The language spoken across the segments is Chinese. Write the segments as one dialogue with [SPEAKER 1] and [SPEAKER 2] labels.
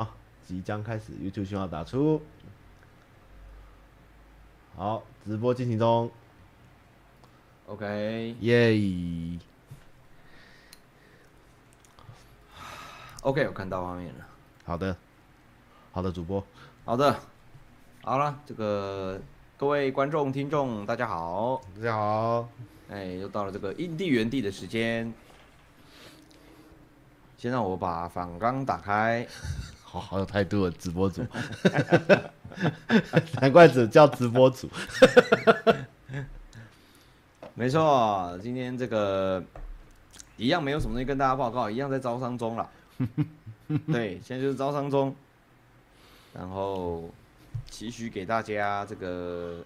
[SPEAKER 1] 啊即将开始，YouTube 信号打出。好，直播进行中，
[SPEAKER 2] OK
[SPEAKER 1] 耶、
[SPEAKER 2] OK，我看到画面了。
[SPEAKER 1] 好的，好的，主播，
[SPEAKER 2] 好的，好了，这个各位观众听众大家好，
[SPEAKER 1] 大家好。
[SPEAKER 2] 哎，又到了这个印地原地的时间。先让我把反刚打开，
[SPEAKER 1] 好好有态度的直播组， 难怪只叫直播组。
[SPEAKER 2] 没错，今天这个一样没有什么东西跟大家报告，一样在招商中了。对，现在就是招商中，然后期许给大家这个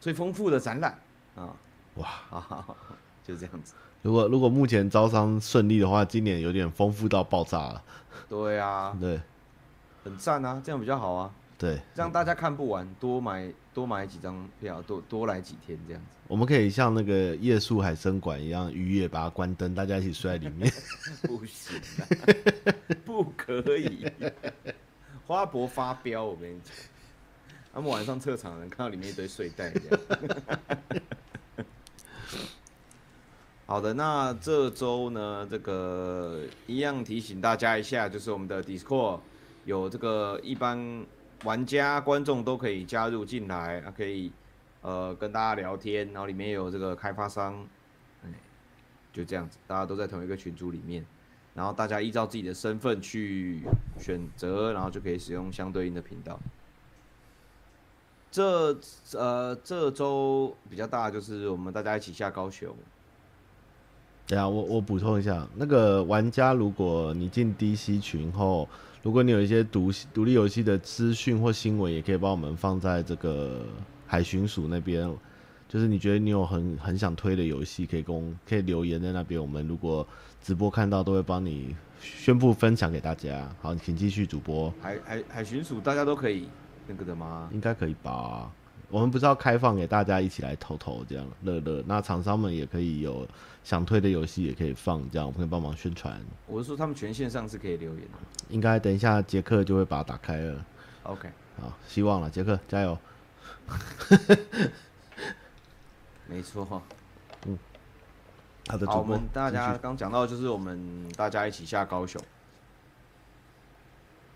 [SPEAKER 2] 最丰富的展览啊，
[SPEAKER 1] 哇，
[SPEAKER 2] 好， 就这样子。
[SPEAKER 1] 如果如果目前招商顺利的话，今年有点丰富到爆炸了。
[SPEAKER 2] 对啊，
[SPEAKER 1] 对
[SPEAKER 2] 很赞啊，这样比较好啊，
[SPEAKER 1] 对，
[SPEAKER 2] 让大家看不完，多买多买几张票，多多来几天这样子。
[SPEAKER 1] 我们可以像那个夜宿海参馆一样，雨夜把它关灯，大家一起睡在里面。
[SPEAKER 2] 不行、啊，不可以，花博发飙，我跟你讲。他们晚上撤场的人看到里面一堆睡袋这样。 好的，那这周呢，这个一样提醒大家一下，就是我们的 Discord 有这个一般玩家、观众都可以加入进来，啊，可以呃跟大家聊天，然后里面有这个开发商，哎，就这样子，大家都在同一个群组里面，然后大家依照自己的身份去选择，然后就可以使用相对应的频道。这呃这周比较大就是我们大家一起下高雄，
[SPEAKER 1] 对啊，我我补充一下，那个玩家，如果你进 DC 群后，如果你有一些独独立游戏的资讯或新闻，也可以帮我们放在这个海巡署那边。就是你觉得你有很很想推的游戏，可以公可以留言在那边，我们如果直播看到都会帮你宣布分享给大家。好，请继续主播，
[SPEAKER 2] 海海海巡署大家都可以那个的吗？
[SPEAKER 1] 应该可以吧？我们不是要开放给大家一起来投投这样乐乐，那厂商们也可以有想推的游戏也可以放，这样我们可以帮忙宣传。
[SPEAKER 2] 我是说他们权限上是可以留言的。
[SPEAKER 1] 应该等一下杰克就会把它打开了。
[SPEAKER 2] OK，
[SPEAKER 1] 好，希望了，杰克加油！
[SPEAKER 2] 没错。
[SPEAKER 1] 好的，
[SPEAKER 2] 好，
[SPEAKER 1] 主
[SPEAKER 2] 我
[SPEAKER 1] 播
[SPEAKER 2] 们，大家
[SPEAKER 1] 继续
[SPEAKER 2] 刚讲到就是我们大家一起下高雄，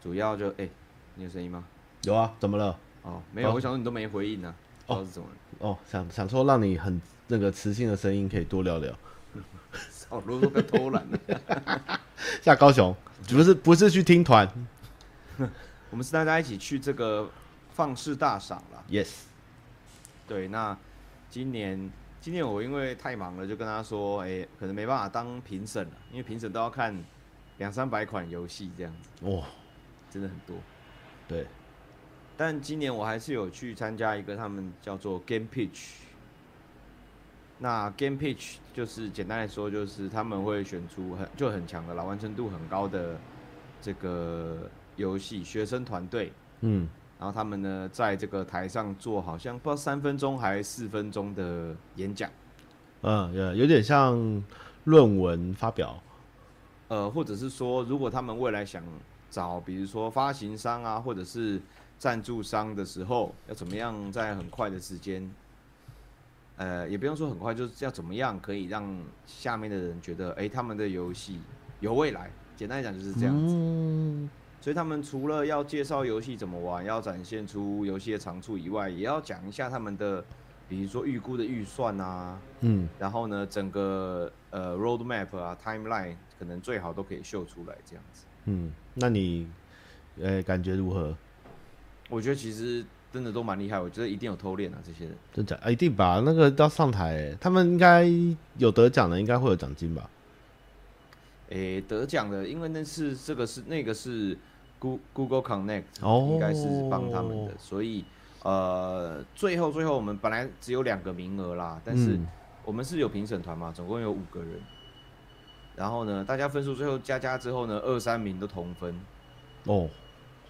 [SPEAKER 2] 主要就哎、你有声音吗？
[SPEAKER 1] 有啊？怎么了？
[SPEAKER 2] 哦，没有，
[SPEAKER 1] 哦
[SPEAKER 2] 我想说你都没回应呢、啊，不
[SPEAKER 1] 哦
[SPEAKER 2] 知道是怎么了，
[SPEAKER 1] 哦，想想说让你很那个磁性的声音可以多聊聊。
[SPEAKER 2] 少啰嗦跟偷懒了。
[SPEAKER 1] 下高雄不是不是去听团
[SPEAKER 2] 我们是大家一起去这个放肆大赏啦。
[SPEAKER 1] ，yes，
[SPEAKER 2] 对，那今年今年我因为太忙了，就跟他说，哎、可能没办法当评审了，因为评审都要看两三百款游戏这样子，
[SPEAKER 1] 哦，
[SPEAKER 2] 真的很多。
[SPEAKER 1] 对，
[SPEAKER 2] 但今年我还是有去参加一个他们叫做 Game Pitch。那 Game Pitch 就是简单来说，就是他们会选出很就很强的啦，完成度很高的这个游戏学生团队，
[SPEAKER 1] 嗯，
[SPEAKER 2] 然后他们呢在这个台上做好像不知道三分钟还是四分钟的演讲，
[SPEAKER 1] 嗯，有有点像论文发表，
[SPEAKER 2] 呃，或者是说如果他们未来想找比如说发行商啊，或者是赞助商的时候，要怎么样在很快的时间，呃，也不用说很快，就是要怎么样可以让下面的人觉得，哎、他们的游戏有未来。简单来讲就是这样子。
[SPEAKER 1] 嗯，
[SPEAKER 2] 所以他们除了要介绍游戏怎么玩，要展现出游戏的长处以外，也要讲一下他们的，比如说预估的预算啊，
[SPEAKER 1] 嗯，
[SPEAKER 2] 然后呢，整个呃 road map 啊 timeline 可能最好都可以秀出来这样子。
[SPEAKER 1] 嗯，那你呃、感觉如何？
[SPEAKER 2] 我觉得其实真的都蛮厉害，我觉得一定有偷练啊这些人。
[SPEAKER 1] 真假、啊一定吧，那个要上台、他们应该有得奖的，应该会有奖金吧？
[SPEAKER 2] 诶，得奖的，因为那是这个是那个是 Goo- Google Connect，
[SPEAKER 1] 哦
[SPEAKER 2] 应该是帮他们的，所以呃，最后最后我们本来只有两个名额啦，但是
[SPEAKER 1] 嗯
[SPEAKER 2] 我们是有评审团嘛，总共有五个人。然后呢，大家分数最后加加之后呢，二三名都同分，
[SPEAKER 1] 哦，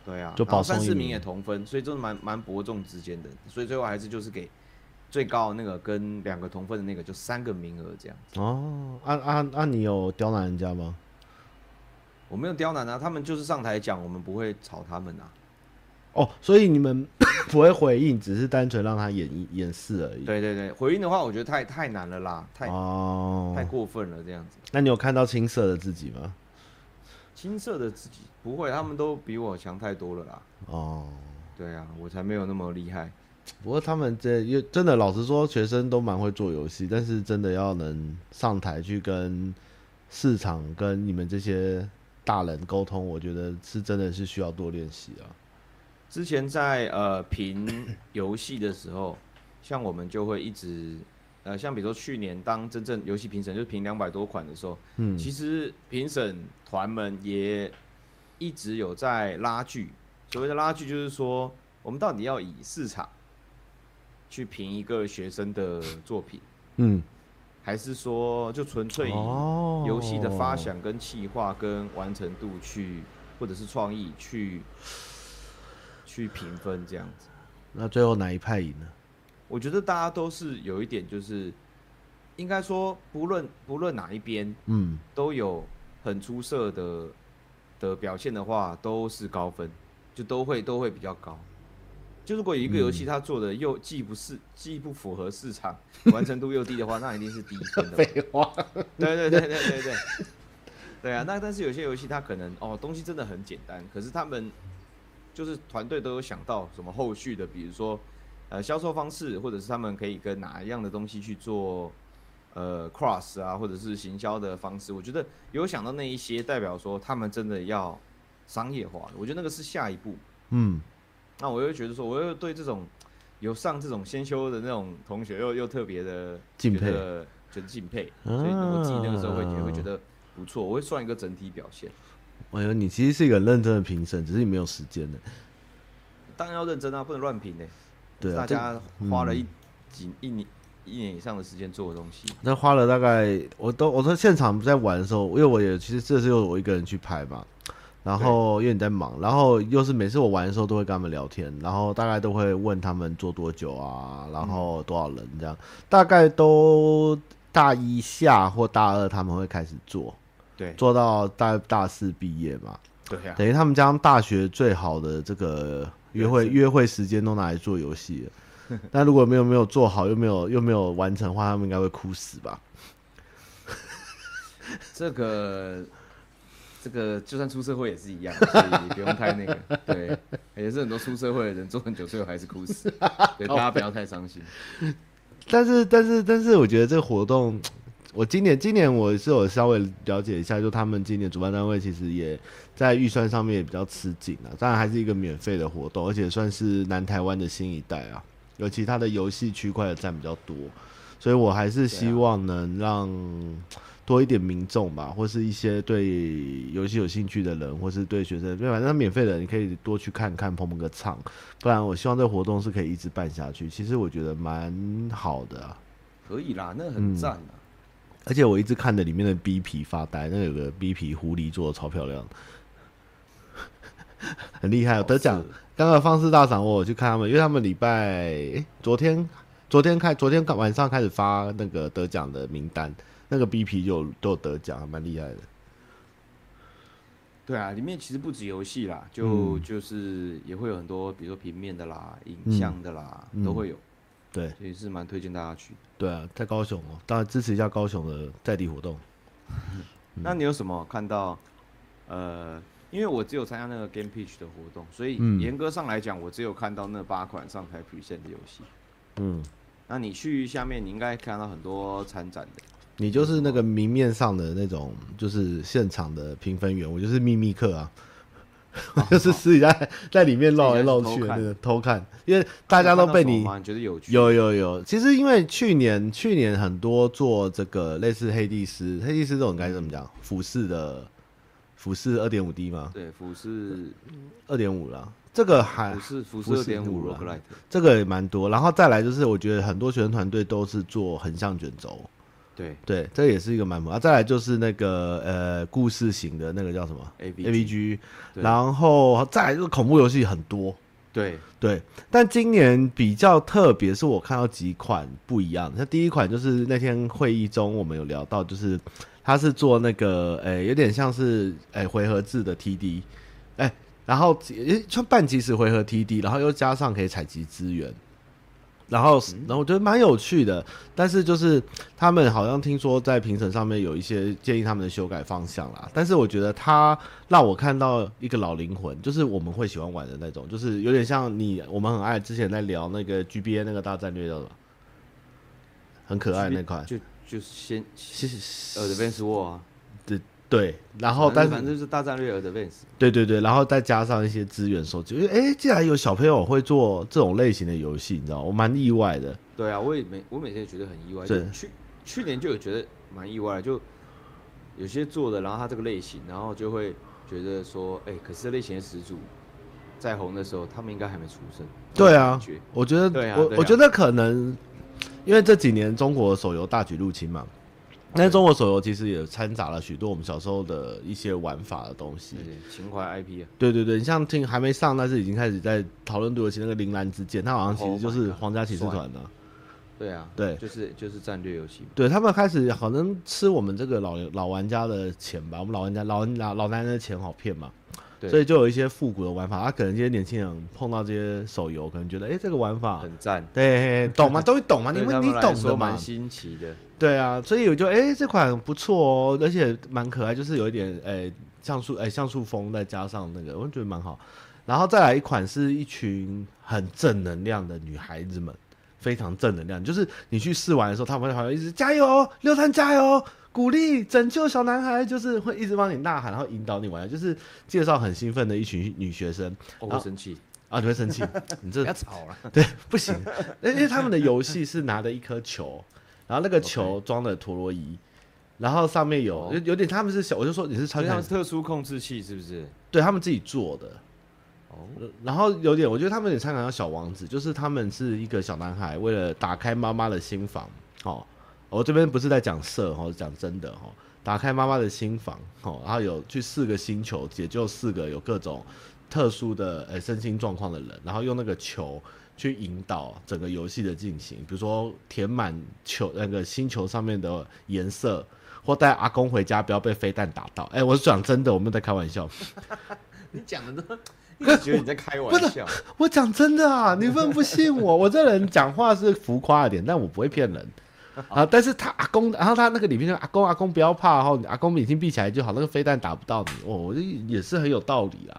[SPEAKER 2] 对啊，
[SPEAKER 1] 就保
[SPEAKER 2] 然后三
[SPEAKER 1] 送一
[SPEAKER 2] 四
[SPEAKER 1] 名
[SPEAKER 2] 名也同分，所以这蛮蛮伯仲之间的，所以最后还是就是给最高的那个跟两个同分的那个就三个名额这样。
[SPEAKER 1] 哦，啊啊啊！你有刁难人家吗？
[SPEAKER 2] 我没有刁难啊，他们就是上台讲，我们不会吵他们啊。
[SPEAKER 1] 哦，所以你们 不会回应，只是单纯让他演绎演示而已。
[SPEAKER 2] 对对对，回应的话，我觉得太太难了啦，太、
[SPEAKER 1] 哦
[SPEAKER 2] 太，过分了这样子。
[SPEAKER 1] 那你有看到青涩的自己吗？
[SPEAKER 2] 青涩的自己不会，他们都比我强太多了啦。
[SPEAKER 1] 哦，
[SPEAKER 2] 对啊，我才没有那么厉害。
[SPEAKER 1] 不过他们这也真的，老实说，学生都蛮会做游戏，但是真的要能上台去跟市场、跟你们这些大人沟通，我觉得是真的是需要多练习啊。
[SPEAKER 2] 之前在呃评游戏的时候，像我们就会一直呃，像比如说去年当真正游戏评审就是评两百多款的时候，
[SPEAKER 1] 嗯，
[SPEAKER 2] 其实评审团们也一直有在拉锯。所谓的拉锯，就是说我们到底要以市场去评一个学生的作品，
[SPEAKER 1] 嗯，
[SPEAKER 2] 还是说就纯粹以
[SPEAKER 1] 哦
[SPEAKER 2] 游戏的发想、跟企划、跟完成度去，或者是创意去去评分这样子。
[SPEAKER 1] 那最后哪一派赢了？
[SPEAKER 2] 我觉得大家都是有一点，就是应该说不论不论哪一边
[SPEAKER 1] 嗯，
[SPEAKER 2] 都有很出色的的表现的话，都是高分，就都会都会比较高。就如果有一个游戏它做的又既不是既不符合市场，完成度又低的话，那一定是低分的嘛。
[SPEAKER 1] 话，
[SPEAKER 2] 对对对对对对，对啊。那但是有些游戏它可能哦东西真的很简单，可是他们就是团队都有想到什么后续的，比如说呃销售方式，或者是他们可以跟哪一样的东西去做呃 cross 啊，或者是行销的方式。我觉得有想到那一些，代表说他们真的要商业化了。我觉得那个是下一步。
[SPEAKER 1] 嗯，
[SPEAKER 2] 那我又觉得说，我又对这种有上这种先修的那种同学又又特别的
[SPEAKER 1] 敬佩
[SPEAKER 2] 觉得觉得敬佩，所以我自己那个时候会觉得
[SPEAKER 1] 啊
[SPEAKER 2] 会觉得不错，我会算一个整体表现。
[SPEAKER 1] 哎呦，你其实是一个很认真的评审，只是你没有时间的。
[SPEAKER 2] 当然要认真啊，不能乱评呢。
[SPEAKER 1] 对啊，
[SPEAKER 2] 大家
[SPEAKER 1] 嗯
[SPEAKER 2] 花了一几一年一年以上的时间做的东西，
[SPEAKER 1] 那花了大概，我都我说现场在玩的时候，因为我也其实这是我一个人去拍嘛，然后因为你在忙，然后又是每次我玩的时候都会跟他们聊天，然后大概都会问他们做多久啊，然后多少人这样，大概都大一下或大二他们会开始做，
[SPEAKER 2] 对
[SPEAKER 1] 做到大大四毕业嘛，
[SPEAKER 2] 对啊，
[SPEAKER 1] 等于他们将大学最好的这个约会
[SPEAKER 2] 人生
[SPEAKER 1] 约会时间都拿来做游戏 了。那如果没有没有做好，又没有又没有完成的话，他们应该会哭死吧？
[SPEAKER 2] 这个。这个就算出社会也是一样，所以不用太那个。对，也是很多出社会的人做很久，最后还是哭死。对， 大家不要太伤心。
[SPEAKER 1] 但是但是但是，我觉得这个活动，我今年今年我是有稍微了解一下，就他们今年主办单位其实也在预算上面也比较吃紧啊。当然还是一个免费的活动，而且算是南台湾的新一代啊，尤其它的游戏区块的占比较多，所以我还是希望能让。多一点民众吧，或是一些对游戏有兴趣的人，或是对学生，因为反正它免费的，你可以多去看看，捧捧个场。不然我希望这个活动是可以一直办下去。其实我觉得蛮好的、啊，
[SPEAKER 2] 可以啦，那
[SPEAKER 1] 嗯
[SPEAKER 2] 很赞啊。
[SPEAKER 1] 而且我一直看着里面的 B 皮发呆，那有个 B 皮狐狸做的超 漂亮，很厉害、哦，
[SPEAKER 2] 好
[SPEAKER 1] 得奖
[SPEAKER 2] 色。
[SPEAKER 1] 刚刚方式大赏我有去看他们，因为他们礼拜、诶昨天昨天开昨天晚上开始发那个得奖的名单，那个 B 皮就有都有得奖，还蛮厉害的。
[SPEAKER 2] 对啊，里面其实不止游戏啦，就、就是也会有很多，比如说平面的啦、影像的啦，
[SPEAKER 1] 嗯嗯
[SPEAKER 2] 都会有，
[SPEAKER 1] 对
[SPEAKER 2] 所以是蛮推荐大家去。
[SPEAKER 1] 对啊，在高雄哦，当然支持一下高雄的在地活动。嗯
[SPEAKER 2] 那你有什么看到？呃，因为我只有参加那个 Game Pitch 的活动，所以
[SPEAKER 1] 嗯
[SPEAKER 2] 严格上来讲，我只有看到那八款上台 present 的游戏。
[SPEAKER 1] 嗯，
[SPEAKER 2] 那你去下面，你应该看到很多参展的。
[SPEAKER 1] 你就是那个明面上的那种，就是现场的评分员，我就是秘密客啊，我 就是私底下在里面绕来绕去的那个偷看，因为大家都被
[SPEAKER 2] 你
[SPEAKER 1] 你
[SPEAKER 2] 有看到什么吗你觉得有趣？
[SPEAKER 1] 有有有。其实因为去年去年很多做这个类似黑帝斯、黑帝斯这种该怎么讲，俯视的俯视二点五 D 吗？
[SPEAKER 2] 对，俯视
[SPEAKER 1] 二点五啦，这个还
[SPEAKER 2] 俯视俯视
[SPEAKER 1] 俯视
[SPEAKER 2] 二点五
[SPEAKER 1] 图
[SPEAKER 2] r
[SPEAKER 1] 啦
[SPEAKER 2] o g l i t
[SPEAKER 1] 这个也蛮多，然后再来就是我觉得很多学生团队都是做横向卷轴。
[SPEAKER 2] 对
[SPEAKER 1] 对，这也是一个蛮猛啊。再来就是那个呃故事型的那个叫什么
[SPEAKER 2] A
[SPEAKER 1] A V G，
[SPEAKER 2] 对
[SPEAKER 1] 然后再来就是恐怖游戏很多。
[SPEAKER 2] 对
[SPEAKER 1] 对，但今年比较特别，是我看到几款不一样的。那第一款就是那天会议中我们有聊到，就是他是做那个诶、有点像是诶、回合制的 TD，诶、然后诶就半即时回合 TD，然后又加上可以采集资源，然后
[SPEAKER 2] 嗯
[SPEAKER 1] 然后我觉得蛮有趣的，但是就是他们好像听说在评审上面有一些建议他们的修改方向啦，但是我觉得他让我看到一个老灵魂，就是我们会喜欢玩的那种，就是有点像你我们很爱之前在聊那个 GBA 那个大战略叫什么，很可爱那款，
[SPEAKER 2] 就就是先
[SPEAKER 1] 谢
[SPEAKER 2] 先
[SPEAKER 1] 谢
[SPEAKER 2] Advance War 啊，
[SPEAKER 1] 对，然后但
[SPEAKER 2] 反正反
[SPEAKER 1] 是
[SPEAKER 2] 正就是大战略 Advance，
[SPEAKER 1] 对对对，然后再加上一些资源收集，因为哎，竟然有小朋友会做这种类型的游戏，你知道，我蛮意外的。
[SPEAKER 2] 对啊，我也每我每天也觉得很意外，
[SPEAKER 1] 对
[SPEAKER 2] 就去去年就有觉得蛮意外的，就有些做的，然后他这个类型，然后就会觉得说，哎、可是这类型的始祖在红的时候，他们应该还没出生，
[SPEAKER 1] 对啊
[SPEAKER 2] 感觉，
[SPEAKER 1] 我觉得，
[SPEAKER 2] 对啊
[SPEAKER 1] 我
[SPEAKER 2] 对啊
[SPEAKER 1] 我觉得可能，因为这几年中国手游大举入侵嘛，那
[SPEAKER 2] 对
[SPEAKER 1] 中国手游其实也掺杂了许多我们小时候的一些玩法的东西
[SPEAKER 2] 对。对情怀 IP 啊，
[SPEAKER 1] 对对对，你像听还没上，但是已经开始在讨论土耳其那个《铃兰之剑》，它好像其实
[SPEAKER 2] Oh
[SPEAKER 1] 就
[SPEAKER 2] my
[SPEAKER 1] 是
[SPEAKER 2] God，
[SPEAKER 1] 皇家骑士团的、
[SPEAKER 2] 对啊，
[SPEAKER 1] 对
[SPEAKER 2] 就是就是战略游戏嘛，
[SPEAKER 1] 对他们开始好像吃我们这个老老玩家的钱吧，我们老玩家老老老男人的钱好骗嘛，
[SPEAKER 2] 对
[SPEAKER 1] 所以就有一些复古的玩法。他、啊可能这些年轻人碰到这些手游，可能觉得哎、诶这个玩法，
[SPEAKER 2] 很赞，
[SPEAKER 1] 对，懂吗？都会懂吗？啊你
[SPEAKER 2] 对
[SPEAKER 1] 会
[SPEAKER 2] 他
[SPEAKER 1] 你
[SPEAKER 2] 们来
[SPEAKER 1] 懂
[SPEAKER 2] 说
[SPEAKER 1] 的嘛
[SPEAKER 2] 蛮？新奇的，
[SPEAKER 1] 对啊，所以我就哎、诶这款不错哦，而且蛮可爱，就是有一点哎、诶像素哎、诶像素风，再加上那个，我觉得蛮好。然后再来一款是一群很正能量的女孩子们，非常正能量，就是你去试玩的时候，他们会好像一直加油哦，六三加油哦，鼓励拯救小男孩，就是会一直帮你呐喊，然后引导你玩，就是介绍很兴奋的一群女学生
[SPEAKER 2] 哦，
[SPEAKER 1] 好
[SPEAKER 2] 我生气，
[SPEAKER 1] 啊，你会生气， 你这
[SPEAKER 2] 不要吵了，
[SPEAKER 1] 不行，因为他们的游戏是拿着一颗球，然后那个球装了陀螺仪，然后上面有
[SPEAKER 2] 哦啊
[SPEAKER 1] 有有点他们是小，我就说你是超
[SPEAKER 2] 好
[SPEAKER 1] 级
[SPEAKER 2] 像特殊控制器是不是？
[SPEAKER 1] 对他们自己做的。
[SPEAKER 2] 哦，
[SPEAKER 1] 然后有点，我觉得他们有点参考到小王子，就是他们是一个小男孩，为了打开妈妈的心房，哦，我这边不是在讲色哦，讲真的哦，打开妈妈的心房哦，然后有去四个星球解救四个有各种特殊的呃身心状况的人，然后用那个球去引导整个游戏的进行，比如说填满球那个星球上面的颜色。或带阿公回家，不要被飞弹打到。哎、我是讲真的，我没有在开玩笑。
[SPEAKER 2] 你讲的都， 你觉得你在开玩笑，
[SPEAKER 1] 我讲真的啊，你们不信 我，我这人讲话是浮夸一点，但我不会骗人。啊！但是他阿公，然后他那个里面就阿公阿公不要怕，然后你阿公眼睛闭起来就好，那个飞弹打不到你。哦，我这也是很有道理啊，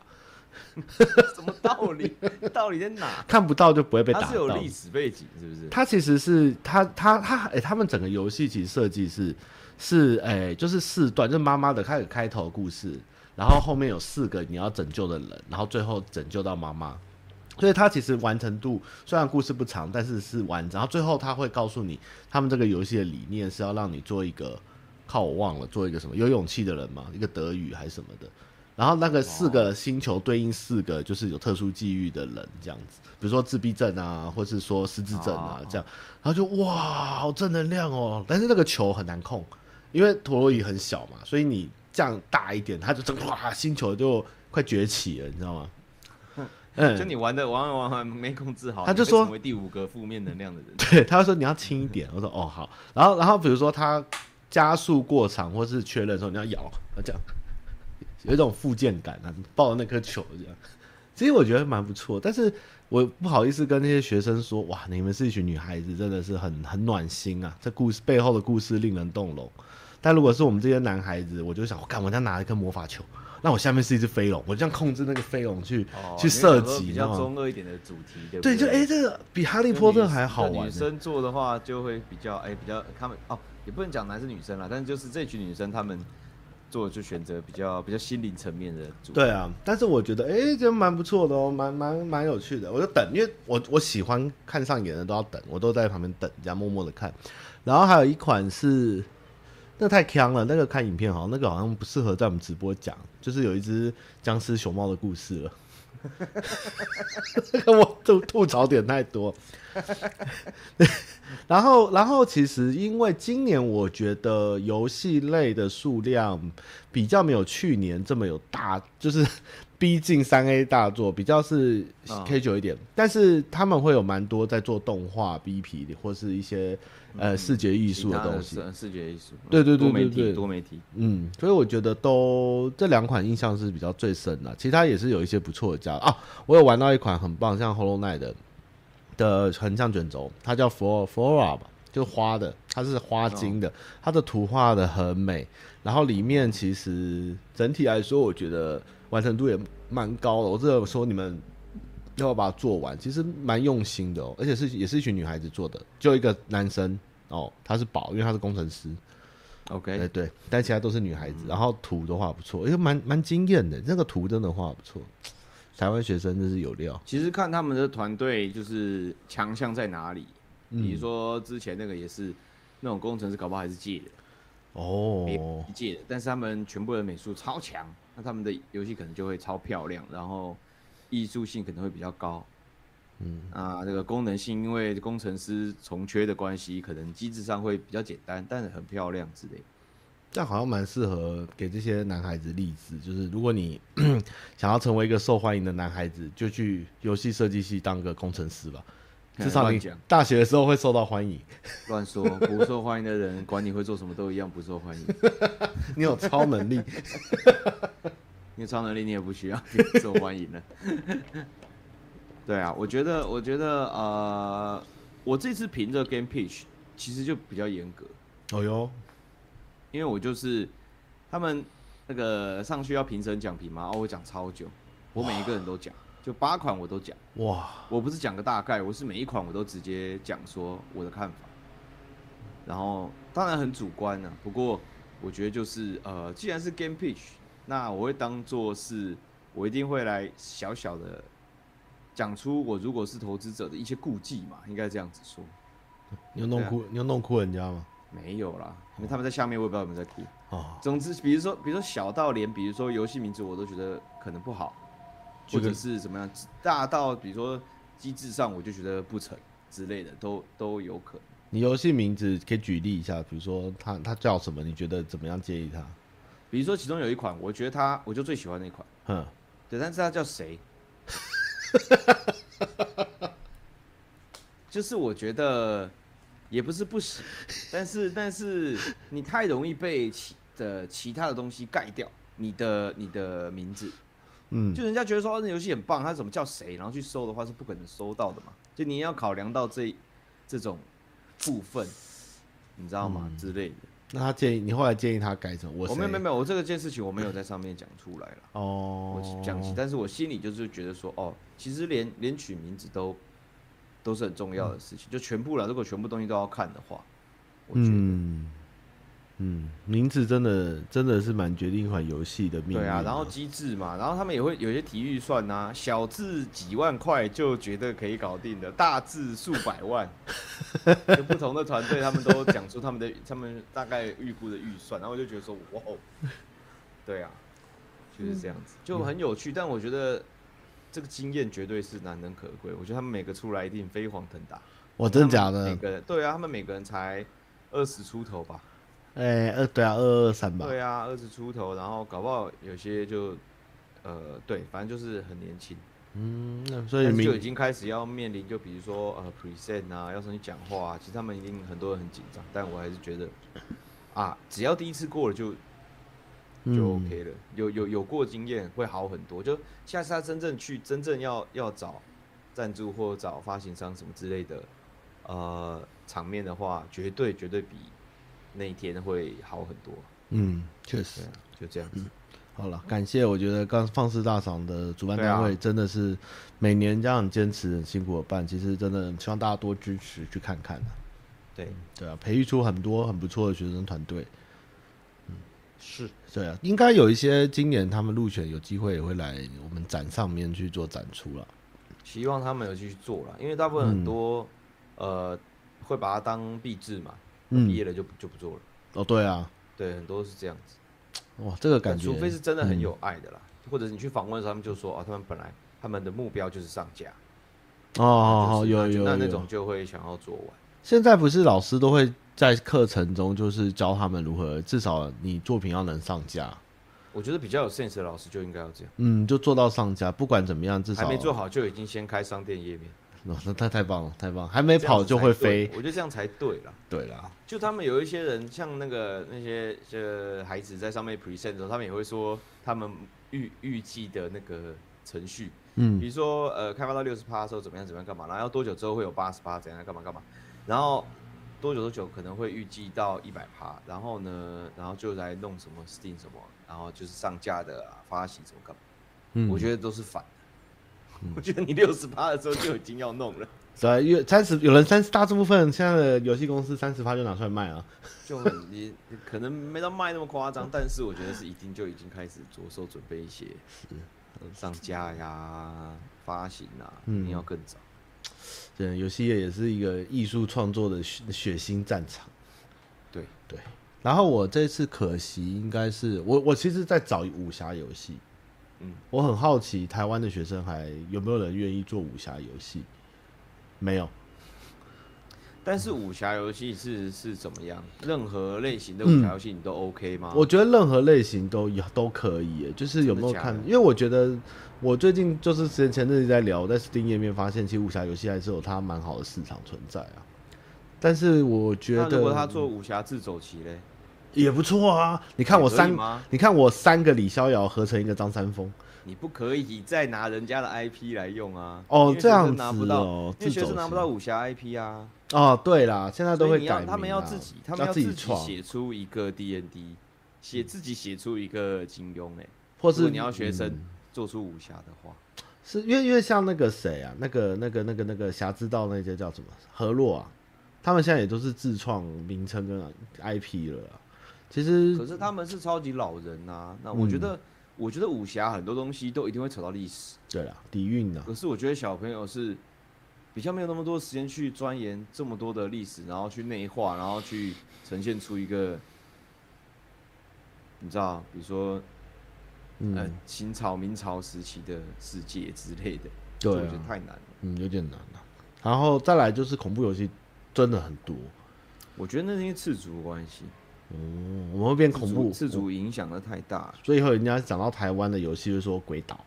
[SPEAKER 2] 什么 道理？道理在哪？
[SPEAKER 1] 看不到就不会被打
[SPEAKER 2] 它是有
[SPEAKER 1] 到
[SPEAKER 2] 历。史背景，是不是？
[SPEAKER 1] 他其实是他他他，哎、他们整个游戏其实设计是是哎、就是四段，就是妈妈的开始开头故事，然后后面有四个你要拯救的人，然后最后拯救到妈妈。所以它其实完成度虽然故事不长，但是是完整。然后最后他会告诉你，他们这个游戏的理念是要让你做一个，靠我忘了做一个什么有勇气的人嘛，一个德语还是什么的。然后那个四个星球对应四个就是有特殊际遇的人，这样子，比如说自闭症啊，或是说失智症啊
[SPEAKER 2] 哦，
[SPEAKER 1] 这样。然后就哇，好正能量哦！但是那个球很难控，因为陀螺仪很小嘛，所以你这样大一点，它就真哇，星球就快崛起了，你知道吗？嗯，
[SPEAKER 2] 就你玩的玩玩玩没控制好，
[SPEAKER 1] 他就
[SPEAKER 2] 你会成
[SPEAKER 1] 说
[SPEAKER 2] 为第五个负面能量的人，
[SPEAKER 1] 对，他说你要轻一点，我说哦好，然后然后比如说他加速过长或是确认的时候，你要摇，这样有一种附件感啊，抱着那颗球这样。其实我觉得蛮不错，但是我不好意思跟那些学生说，哇，你们是一群女孩子，真的是很很暖心啊，这故事背后的故事令人动容。但如果是我们这些男孩子，我就想，我干，我要拿一颗魔法球，那我下面是一只飞龙，我这样控制那个飞龙去、
[SPEAKER 2] 哦
[SPEAKER 1] 去射
[SPEAKER 2] 因为有时候
[SPEAKER 1] 击，
[SPEAKER 2] 比
[SPEAKER 1] 你知道
[SPEAKER 2] 较
[SPEAKER 1] 吗
[SPEAKER 2] 中二一点的主题，对不
[SPEAKER 1] 对，
[SPEAKER 2] 对？
[SPEAKER 1] 就哎、这个比哈利波特还好
[SPEAKER 2] 就
[SPEAKER 1] 玩欸
[SPEAKER 2] 女
[SPEAKER 1] 呢、
[SPEAKER 2] 生做的话，就会比较哎、比较他们哦，也不能讲男生女生啦，但是就是这群女生她们做就选择比较比较心灵层面的主题。
[SPEAKER 1] 对啊，但是我觉得，哎、这蛮不错的哦，蛮蛮蛮有趣的。我就等，因为我我喜欢看上眼的都要等，我都在旁边等，这样默默的看。然后还有一款是，那太强了，那个看影片好像那个好像不适合在我们直播讲，就是有一只僵尸熊猫的故事了。这个我吐吐槽点太多。 然后，然后其实因为今年我觉得游戏类的数量比较没有去年这么有大，就是逼近三 A 大作，比较是
[SPEAKER 2] 嗯
[SPEAKER 1] K 九一点，但是他们会有蛮多在做动画、B P 的，或是一些呃视觉艺术
[SPEAKER 2] 嗯其
[SPEAKER 1] 的
[SPEAKER 2] 他的
[SPEAKER 1] 东西。
[SPEAKER 2] 视视觉艺术，
[SPEAKER 1] 对对对
[SPEAKER 2] 多媒
[SPEAKER 1] 对对
[SPEAKER 2] 体多媒体，
[SPEAKER 1] 嗯，所以我觉得都这两款印象是比较最深的，其他也是有一些不错的加啊。我有玩到一款很棒，像 Hollow Knight 的的横向卷轴，它叫 Flora Flora 吧，就是花的，它是花精的，它的图画的很美，然后里面其实整体来说，我觉得完成度也蛮高的。我只有说你们要不要把它做完，其实蛮用心的哦，而且是也是一群女孩子做的，就一个男生哦，他是宝，因为他是工程师。哎、
[SPEAKER 2] OK，
[SPEAKER 1] 对，嗯但其他都是女孩子，然后图都画不错，因为蛮蛮惊艳的，那个图真的画不错。台湾学生真是有料，
[SPEAKER 2] 其实看他们的团队就是强项在哪里，比如说之前那个也是那种工程师，搞不好还是借的，
[SPEAKER 1] 哦，
[SPEAKER 2] 借的，但是他们全部的美术超强，那他们的游戏可能就会超漂亮，然后艺术性可能会比较高。嗯啊，这个功能性因为工程师从缺的关系，可能机制上会比较简单，但是很漂亮之类的。
[SPEAKER 1] 这样好像蛮适合给这些男孩子励志，就是如果你 想要成为一个受欢迎的男孩子，就去游戏设计系当个工程师吧，
[SPEAKER 2] 哎
[SPEAKER 1] 至少
[SPEAKER 2] 乱
[SPEAKER 1] 你
[SPEAKER 2] 讲
[SPEAKER 1] 大学的时候会受到欢迎。
[SPEAKER 2] 乱说，不受欢迎的人，管你会做什么都一样不受欢迎。
[SPEAKER 1] 你有超能力，
[SPEAKER 2] 因为超能力你也不需要受欢迎了。 对啊，我觉得，我觉得，呃，我这次评这 Game Pitch 其实就比较严格，
[SPEAKER 1] 哦哟，
[SPEAKER 2] 因为我就是他们那个上去要评审讲评嘛，哦，我讲超久，我每一个人都讲，就八款我都讲，
[SPEAKER 1] 哇，
[SPEAKER 2] 我不是讲个大概，我是每一款我都直接讲说我的看法，然后当然很主观啊，不过我觉得就是呃，既然是 Game Pitch，那我会当做是我一定会来小小的讲出我如果是投资者的一些顾忌嘛，应该这样子说。
[SPEAKER 1] 你有弄哭，你有弄哭人家吗？
[SPEAKER 2] 没有啦，因为他们在下面，我也不知道有没有在哭。
[SPEAKER 1] 哦，
[SPEAKER 2] 总之，比如说，比如说小到连，比如说游戏名字我都觉得可能不好，
[SPEAKER 1] 举
[SPEAKER 2] 或
[SPEAKER 1] 个
[SPEAKER 2] 者是怎么样，大到比如说机制上我就觉得不成之类的，都都有可能。
[SPEAKER 1] 你游戏名字可以举例一下，比如说他他叫什么？你觉得怎么样建议他？
[SPEAKER 2] 比如说其中有一款，我觉得它我就最喜欢那一款，
[SPEAKER 1] 哼，
[SPEAKER 2] 对，但是它叫谁？ 就是我觉得也不是不行，但是但是你太容易被其的其他的东西盖掉你的你的名字。
[SPEAKER 1] 嗯，
[SPEAKER 2] 就人家觉得说、哦那游戏很棒，他怎么叫谁，然后去搜的话是不可能搜到的嘛。就你要考量到这这种部分，你知道吗？之类的。
[SPEAKER 1] 那他建议你后来建议他改嗯成我
[SPEAKER 2] 我
[SPEAKER 1] 谁
[SPEAKER 2] 哦没有没有没有，我这个件事情我没有在上面讲出来了，
[SPEAKER 1] 哦
[SPEAKER 2] 我，讲起，但是我心里就是觉得说，哦，其实连连取名字都都是很重要的事情，就全部了。如果全部东西都要看的话，我觉得、
[SPEAKER 1] 嗯嗯，名字真的真的是蛮决定一款游戏的命运。
[SPEAKER 2] 对啊，然后机制嘛，然后他们也会有些提预算呐、小至几万块就觉得可以搞定的，大至数百 万，就不同的团队他们都讲出他们的他们大概预估的预算，然后我就觉得说，哇哦，对啊，就是这样子，
[SPEAKER 1] 嗯
[SPEAKER 2] 就很有趣，但我觉得这个经验绝对是难能可贵，我觉得他们每个出来一定飞黄腾达，
[SPEAKER 1] 我真的假
[SPEAKER 2] 他们
[SPEAKER 1] 的
[SPEAKER 2] 每？个人对啊，他们每个人才二十出头吧，
[SPEAKER 1] 哎，二对啊，二二三吧。
[SPEAKER 2] 对啊，二十出头，然后搞不好有些就，呃，对，反正就是很年轻，
[SPEAKER 1] 嗯，那所
[SPEAKER 2] 但
[SPEAKER 1] 以
[SPEAKER 2] 是就已
[SPEAKER 1] 名
[SPEAKER 2] 经开始要面临，就比如说呃 present 啊，要上去讲话、啊，其实他们一定很多人很紧张，但我还是觉得，啊，只要第一次过了就就
[SPEAKER 1] 嗯
[SPEAKER 2] OK 了，有有有过经验会好很多，就下次他真正去真正要要找赞助或找发行商什么之类的，呃，场面的话，绝对绝对比那一天会好很多，
[SPEAKER 1] 嗯，确实
[SPEAKER 2] 对、。啊，就这样子。
[SPEAKER 1] 嗯好了，感谢，我觉得刚放肆大赏的主办
[SPEAKER 2] 对啊
[SPEAKER 1] 单位真的是每年这样坚持、很辛苦的办，其实真的希望大家多支持去看看、啊、
[SPEAKER 2] 对，
[SPEAKER 1] 对啊，培育出很多很不错的学生团队。
[SPEAKER 2] 是
[SPEAKER 1] 对啊，应该有一些今年他们入选有机会也会来我们展上面去做展出了。
[SPEAKER 2] 希望他们有去做了，因为大部分很多、呃会把它当壁纸嘛，
[SPEAKER 1] 嗯
[SPEAKER 2] 毕业了就不就不做了，
[SPEAKER 1] 哦，对啊，
[SPEAKER 2] 对，很多是这样子，
[SPEAKER 1] 哇，这个感
[SPEAKER 2] 但
[SPEAKER 1] 觉，嗯
[SPEAKER 2] 除非是真的很有爱的啦，或者你去访问的时候，他们就说哦，他们本来他们的目标就是上架，
[SPEAKER 1] 哦哦
[SPEAKER 2] 就
[SPEAKER 1] 哦，
[SPEAKER 2] 是
[SPEAKER 1] 有
[SPEAKER 2] 那就
[SPEAKER 1] 有
[SPEAKER 2] 那那
[SPEAKER 1] 有
[SPEAKER 2] 种就会想要做完，
[SPEAKER 1] 现在不是老师都会在课程中就是教他们如何，至少你作品要能上架，
[SPEAKER 2] 我觉得比较有 sense 的老师就应该要这样，
[SPEAKER 1] 嗯，就做到上架，不管怎么样，至少
[SPEAKER 2] 还没做好就已经先开商店页面，
[SPEAKER 1] 哦那太太棒了，太棒了，还没跑就会飞
[SPEAKER 2] 这样子才对。我觉得这样才对啦。
[SPEAKER 1] 对啦，
[SPEAKER 2] 啊就他们有一些人，像那个那些呃孩子在上面 present 的时候，他们也会说他们预预计的那个程序，
[SPEAKER 1] 嗯
[SPEAKER 2] 比如说呃开发到六十趴的时候怎么样怎么样干嘛，然后要多久之后会有八十趴怎样干嘛干嘛，然后多久多久可能会预计到一百趴，然后呢，然后就来弄什么 Steam 什么，然后就是上架的、啊、发行什么干嘛，
[SPEAKER 1] 嗯，
[SPEAKER 2] 我觉得都是反的。我觉得你六十趴的时候就已经要弄了，
[SPEAKER 1] 对，因为三十有人三十大部分现在的游戏公司三十趴就拿出来卖了。啊
[SPEAKER 2] 就很你你可能没到卖那么夸张，但是我觉得是一定就已经开始着手准备一些上架呀、发行啊，
[SPEAKER 1] 嗯
[SPEAKER 2] 一定要更早。
[SPEAKER 1] 对，游戏业也是一个艺术创作的血血腥战场。
[SPEAKER 2] 对，
[SPEAKER 1] 对，然后我这次可惜应该是我我其实在找武侠游戏，
[SPEAKER 2] 嗯，
[SPEAKER 1] 我很好奇台湾的学生还有没有人愿意做武侠游戏，没有，
[SPEAKER 2] 但是武侠游戏是是怎么样？任何类型的武侠游戏你都 OK 吗？
[SPEAKER 1] 我觉得任何类型都有都可以耶，就是有没有
[SPEAKER 2] 真的假
[SPEAKER 1] 看
[SPEAKER 2] 的？
[SPEAKER 1] 因为我觉得我最近就是之前前阵子在聊，在 Steam 页面发现，其实武侠游戏还是有它蛮好的市场存在啊。但是我觉
[SPEAKER 2] 那
[SPEAKER 1] 得
[SPEAKER 2] 如果他做武侠自走棋嘞，
[SPEAKER 1] 也不错啊！你看
[SPEAKER 2] 也
[SPEAKER 1] 我
[SPEAKER 2] 可以
[SPEAKER 1] 三，
[SPEAKER 2] 吗？
[SPEAKER 1] 你看我三个李逍遥合成一个张三丰，
[SPEAKER 2] 你不可以再拿人家的 IP 来用啊！因
[SPEAKER 1] 哦
[SPEAKER 2] 为，学
[SPEAKER 1] 这样
[SPEAKER 2] 生
[SPEAKER 1] 子
[SPEAKER 2] 拿不到，
[SPEAKER 1] 哦，
[SPEAKER 2] 因为学
[SPEAKER 1] 自走
[SPEAKER 2] 生拿不
[SPEAKER 1] 棋
[SPEAKER 2] 到武侠 IP 啊。
[SPEAKER 1] 哦，对啦，现在都
[SPEAKER 2] 所以
[SPEAKER 1] 会
[SPEAKER 2] 你
[SPEAKER 1] 改
[SPEAKER 2] 要
[SPEAKER 1] 名啦，啊
[SPEAKER 2] 他们要自己，他们
[SPEAKER 1] 要
[SPEAKER 2] 自
[SPEAKER 1] 己
[SPEAKER 2] 己
[SPEAKER 1] 创，嗯
[SPEAKER 2] 写出一个 D N D，写自己写出一个金庸哎、
[SPEAKER 1] 或
[SPEAKER 2] 如
[SPEAKER 1] 是
[SPEAKER 2] 果你要学生
[SPEAKER 1] 嗯
[SPEAKER 2] 做出武侠的话，
[SPEAKER 1] 是因为因为像那个谁啊，那个那个那个那个侠之道那些叫什么河洛啊，他们现在也都是自创名称跟 IP 了啊。其实
[SPEAKER 2] 可是他们是超级老人呐、那
[SPEAKER 1] 嗯
[SPEAKER 2] 我觉得、我觉得武侠很多东西都一定会扯到历史，
[SPEAKER 1] 对了，底蕴啊，
[SPEAKER 2] 可是我觉得小朋友是比较没有那么多时间去钻研这么多的历史，然后去内化，然后去呈现出一个，你知道，比如说呃
[SPEAKER 1] 嗯，
[SPEAKER 2] 清朝、明朝时期的世界之类的，这我
[SPEAKER 1] 对
[SPEAKER 2] 觉得
[SPEAKER 1] 啊，
[SPEAKER 2] 太难了。
[SPEAKER 1] 嗯，有点难啊。然后再来就是恐怖游戏真的很多，
[SPEAKER 2] 我觉得那是因为赤足的关系，
[SPEAKER 1] 嗯，我们会变恐怖，
[SPEAKER 2] 赤足影响的太大了。
[SPEAKER 1] 所以以后人家讲到台湾的游戏就说鬼岛，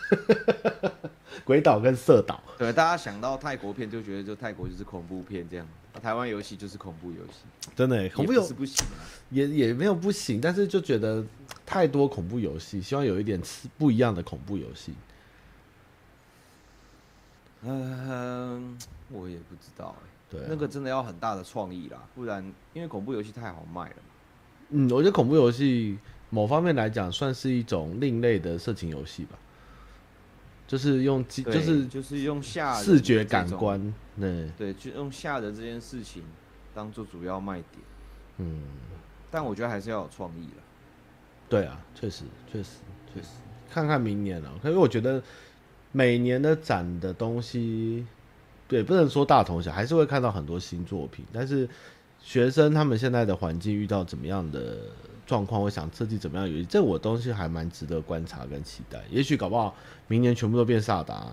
[SPEAKER 1] 鬼岛跟色岛，
[SPEAKER 2] 对，大家想到泰国片就觉得就泰国就是恐怖片这样，啊台湾游戏就是恐怖游戏，
[SPEAKER 1] 真的欸恐怖
[SPEAKER 2] 也
[SPEAKER 1] 游
[SPEAKER 2] 不是不行啊。
[SPEAKER 1] 也也没有不行，但是就觉得太多恐怖游戏，希望有一点刺不一样的恐怖游戏。
[SPEAKER 2] 嗯，我也不知道哎、
[SPEAKER 1] 对啊、
[SPEAKER 2] 那个真的要很大的创意啦，不然因为恐怖游戏太好卖了嘛。
[SPEAKER 1] 嗯，我觉得恐怖游戏某方面来讲，算是一种另类的色情游戏吧，就是用机，
[SPEAKER 2] 对
[SPEAKER 1] 就是
[SPEAKER 2] 就是用吓人
[SPEAKER 1] 视觉
[SPEAKER 2] 这
[SPEAKER 1] 感
[SPEAKER 2] 种，
[SPEAKER 1] 官，对，
[SPEAKER 2] 对，就用吓人这件事情当做主要卖点，
[SPEAKER 1] 嗯，
[SPEAKER 2] 但我觉得还是要有创意啦。
[SPEAKER 1] 对啊，确实，确实，
[SPEAKER 2] 确实，
[SPEAKER 1] 看看明年了、因为我觉得每年的展的东西，对，不能说大同小，还是会看到很多新作品。但是学生他们现在的环境遇到怎么样的状况，我想设计怎么样有这我东西还蛮值得观察跟期待。也许搞不好明年全部都变萨达、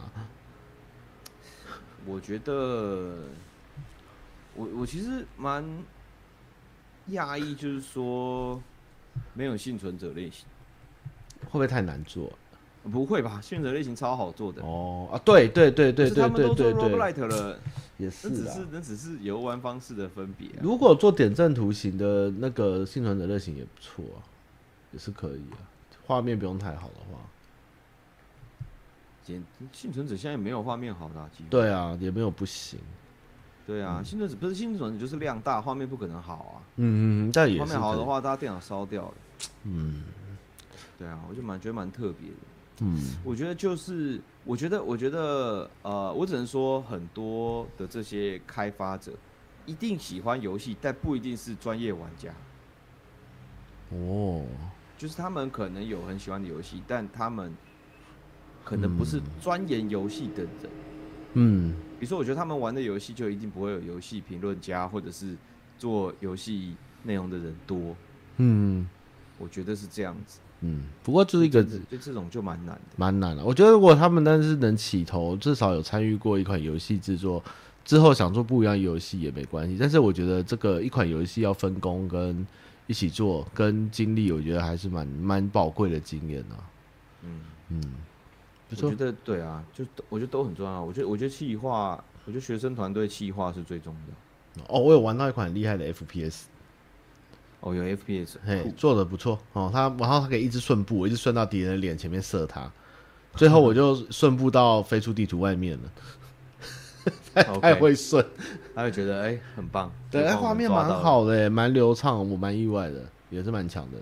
[SPEAKER 2] 我觉得，我我其实蛮讶异，就是说没有幸存者类型，
[SPEAKER 1] 会不会太难做？
[SPEAKER 2] 不会吧？幸存者类型超好做的，
[SPEAKER 1] 哦啊，对对对
[SPEAKER 2] 可
[SPEAKER 1] 对
[SPEAKER 2] 是
[SPEAKER 1] 对
[SPEAKER 2] 他们
[SPEAKER 1] 对
[SPEAKER 2] 都做
[SPEAKER 1] 对对，
[SPEAKER 2] roguelite 了，
[SPEAKER 1] 也
[SPEAKER 2] 那只
[SPEAKER 1] 是啊
[SPEAKER 2] 是。那只是游玩方式的分别啊。
[SPEAKER 1] 如果做点阵图形的那个幸存者类型也不错啊，也是可以啊，画面不用太好的话。
[SPEAKER 2] 简幸存者现在没有画面好的、啊，几乎
[SPEAKER 1] 对嗯啊，也没有不行。
[SPEAKER 2] 对啊，幸存者不是幸存者就是量大，画面不可能好啊。
[SPEAKER 1] 嗯嗯，嗯，但也
[SPEAKER 2] 画
[SPEAKER 1] 是
[SPEAKER 2] 面好的
[SPEAKER 1] 可以，
[SPEAKER 2] 话，大家电脑烧掉了。
[SPEAKER 1] 嗯
[SPEAKER 2] 对啊，我就蛮觉得蛮特别的。
[SPEAKER 1] 嗯
[SPEAKER 2] 我觉得就是，我觉得，我觉得，呃，我只能说，很多的这些开发者一定喜欢游戏，但不一定是专业玩家。
[SPEAKER 1] 哦，
[SPEAKER 2] 就是他们可能有很喜欢的游戏，但他们可能不是钻研游戏的人。
[SPEAKER 1] 嗯
[SPEAKER 2] 比如说，我觉得他们玩的游戏就一定不会有游戏评论家或者是做游戏内容的人多。
[SPEAKER 1] 嗯
[SPEAKER 2] 我觉得是这样子，
[SPEAKER 1] 嗯，不过就是一个
[SPEAKER 2] 就就这种就蛮难的。
[SPEAKER 1] 蛮难的。我觉得如果他们但是能起头，至少有参与过一款游戏制作，之后想做不一样的游戏也没关系。但是我觉得这个一款游戏要分工跟一起做跟经历，我觉得还是蛮蛮宝贵的经验啊。
[SPEAKER 2] 嗯，
[SPEAKER 1] 嗯，不
[SPEAKER 2] 我
[SPEAKER 1] 错
[SPEAKER 2] 觉，得对啊，就都我觉得都很重要。我觉得我觉得企划，我觉得学生团队企划是最重要的。
[SPEAKER 1] 哦，我有玩到一款很厉害的 FPS，
[SPEAKER 2] 哦，有 FPS，
[SPEAKER 1] 嘿
[SPEAKER 2] 酷，
[SPEAKER 1] 做的不错哦。他然后他可以一直顺步，我一直顺到敌人的脸前面射他，最后我就顺步到飞出地图外面了， 太
[SPEAKER 2] OK，
[SPEAKER 1] 会顺。
[SPEAKER 2] 他会觉得哎、很棒，
[SPEAKER 1] 对，
[SPEAKER 2] 就
[SPEAKER 1] 哎
[SPEAKER 2] 帮我
[SPEAKER 1] 画
[SPEAKER 2] 们
[SPEAKER 1] 面
[SPEAKER 2] 抓
[SPEAKER 1] 蛮
[SPEAKER 2] 到了，
[SPEAKER 1] 好的耶，蛮流畅，我蛮意外的，也是蛮强的。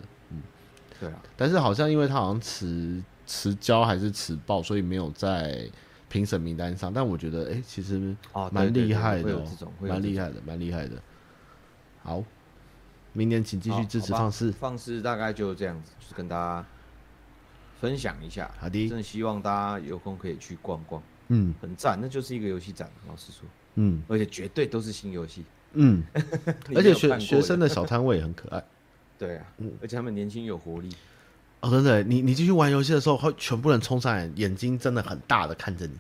[SPEAKER 2] 对啊，
[SPEAKER 1] 但是好像因为他好像迟迟交还是迟报，所以没有在评审名单上。但我觉得，哎、其实
[SPEAKER 2] 哦，对
[SPEAKER 1] 蛮
[SPEAKER 2] 对
[SPEAKER 1] 厉
[SPEAKER 2] 对
[SPEAKER 1] 害
[SPEAKER 2] 会
[SPEAKER 1] 的、
[SPEAKER 2] 有
[SPEAKER 1] 哦
[SPEAKER 2] 这种，会有
[SPEAKER 1] 蛮
[SPEAKER 2] 这
[SPEAKER 1] 厉
[SPEAKER 2] 种
[SPEAKER 1] 害的，蛮厉害的。好，明年请继
[SPEAKER 2] 好
[SPEAKER 1] 续支持
[SPEAKER 2] 哦好吧
[SPEAKER 1] 放肆。
[SPEAKER 2] 放肆大概就这样子，就是跟大家分享一下。
[SPEAKER 1] 好
[SPEAKER 2] 真
[SPEAKER 1] 的，
[SPEAKER 2] 的希望大家有空可以去逛逛，
[SPEAKER 1] 嗯
[SPEAKER 2] 很赞，那就是一个游戏展，老实说，
[SPEAKER 1] 嗯
[SPEAKER 2] 而且绝对都是新游戏，
[SPEAKER 1] 嗯，
[SPEAKER 2] 你
[SPEAKER 1] 而
[SPEAKER 2] 没
[SPEAKER 1] 且
[SPEAKER 2] 有看
[SPEAKER 1] 学学
[SPEAKER 2] 过
[SPEAKER 1] 生
[SPEAKER 2] 的
[SPEAKER 1] 的小摊位也很可 爱。
[SPEAKER 2] 对啊
[SPEAKER 1] 嗯，
[SPEAKER 2] 而且他们年轻有活力，
[SPEAKER 1] 哦，真的耶，你你继续玩游戏的时候，会全部人冲上来，眼睛真的很大的看着你。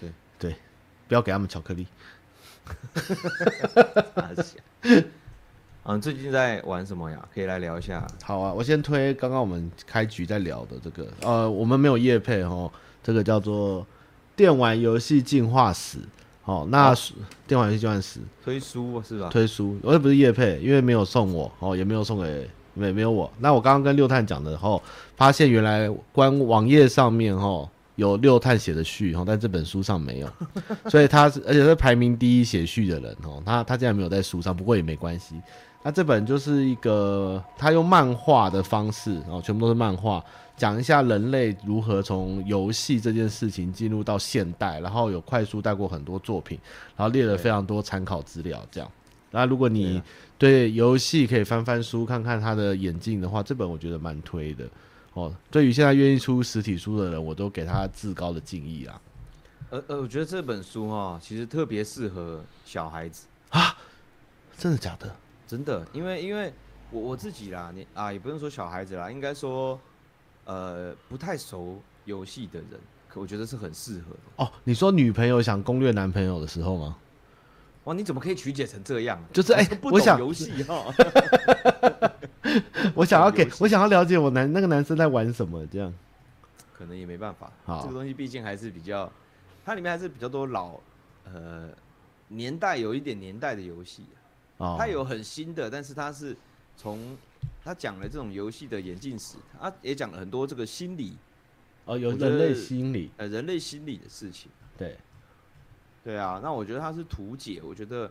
[SPEAKER 2] 对
[SPEAKER 1] 对，不要给他们巧克力。
[SPEAKER 2] 啊，是啊啊最近在玩什么呀？可以来聊一下。
[SPEAKER 1] 好啊，我先推刚刚我们开局在聊的这个，呃，我们没有业配哦，这个叫做《电玩游戏进化史》哦。那、电玩游戏进化史
[SPEAKER 2] 推书是吧？
[SPEAKER 1] 推书，我也不是业配，因为没有送我哦，也没有送给没没有我。那我刚刚跟六探讲的哦，发现原来官网页上面哦有六探写的序哦，但这本书上没有， 所以他是而且是排名第一写序的人哦，他他竟然没有在书上，不过也没关系。那这本就是一个他用漫画的方式哦，全部都是漫画。讲一下人类如何从游戏这件事情进入到现代，然后有快速带过很多作品，然后列了
[SPEAKER 2] 对
[SPEAKER 1] 非常多参考资料，这样。那如果
[SPEAKER 2] 对
[SPEAKER 1] 你
[SPEAKER 2] 啊
[SPEAKER 1] 对游戏可以翻翻书，看看他的眼镜的话，这本我觉得蛮推的哦。对于现在愿意出实体书的人，我都给他至高的敬意啊！
[SPEAKER 2] 呃呃，我觉得这本书哈，其实特别适合小孩子，
[SPEAKER 1] 真的假的？
[SPEAKER 2] 真的，因为因为我我自己啦，你啊也不能说小孩子啦，应该说，呃，不太熟游戏的人，可我觉得是很适合的。
[SPEAKER 1] 哦，你说女朋友想攻略男朋友的时候吗？
[SPEAKER 2] 哇，你怎么可以曲解成这样啊？
[SPEAKER 1] 就是哎
[SPEAKER 2] 都不
[SPEAKER 1] 我
[SPEAKER 2] 懂
[SPEAKER 1] 想
[SPEAKER 2] 游戏哈，
[SPEAKER 1] 我想要给
[SPEAKER 2] 游戏
[SPEAKER 1] 我想要了解我男那个男生在玩什么这样。
[SPEAKER 2] 可能也没办法。
[SPEAKER 1] 好
[SPEAKER 2] 这个东西毕竟还是比较，它里面还是比较多老，呃，年代有一点年代的游戏、
[SPEAKER 1] 哦，
[SPEAKER 2] 它有很新的，但是它是从它讲了这种游戏的演进史，它也讲了很多这个心理，
[SPEAKER 1] 哦有
[SPEAKER 2] 我觉得
[SPEAKER 1] 人类心理
[SPEAKER 2] 呃，人类心理的事情。
[SPEAKER 1] 对
[SPEAKER 2] 对啊，那我觉得它是图解，我觉得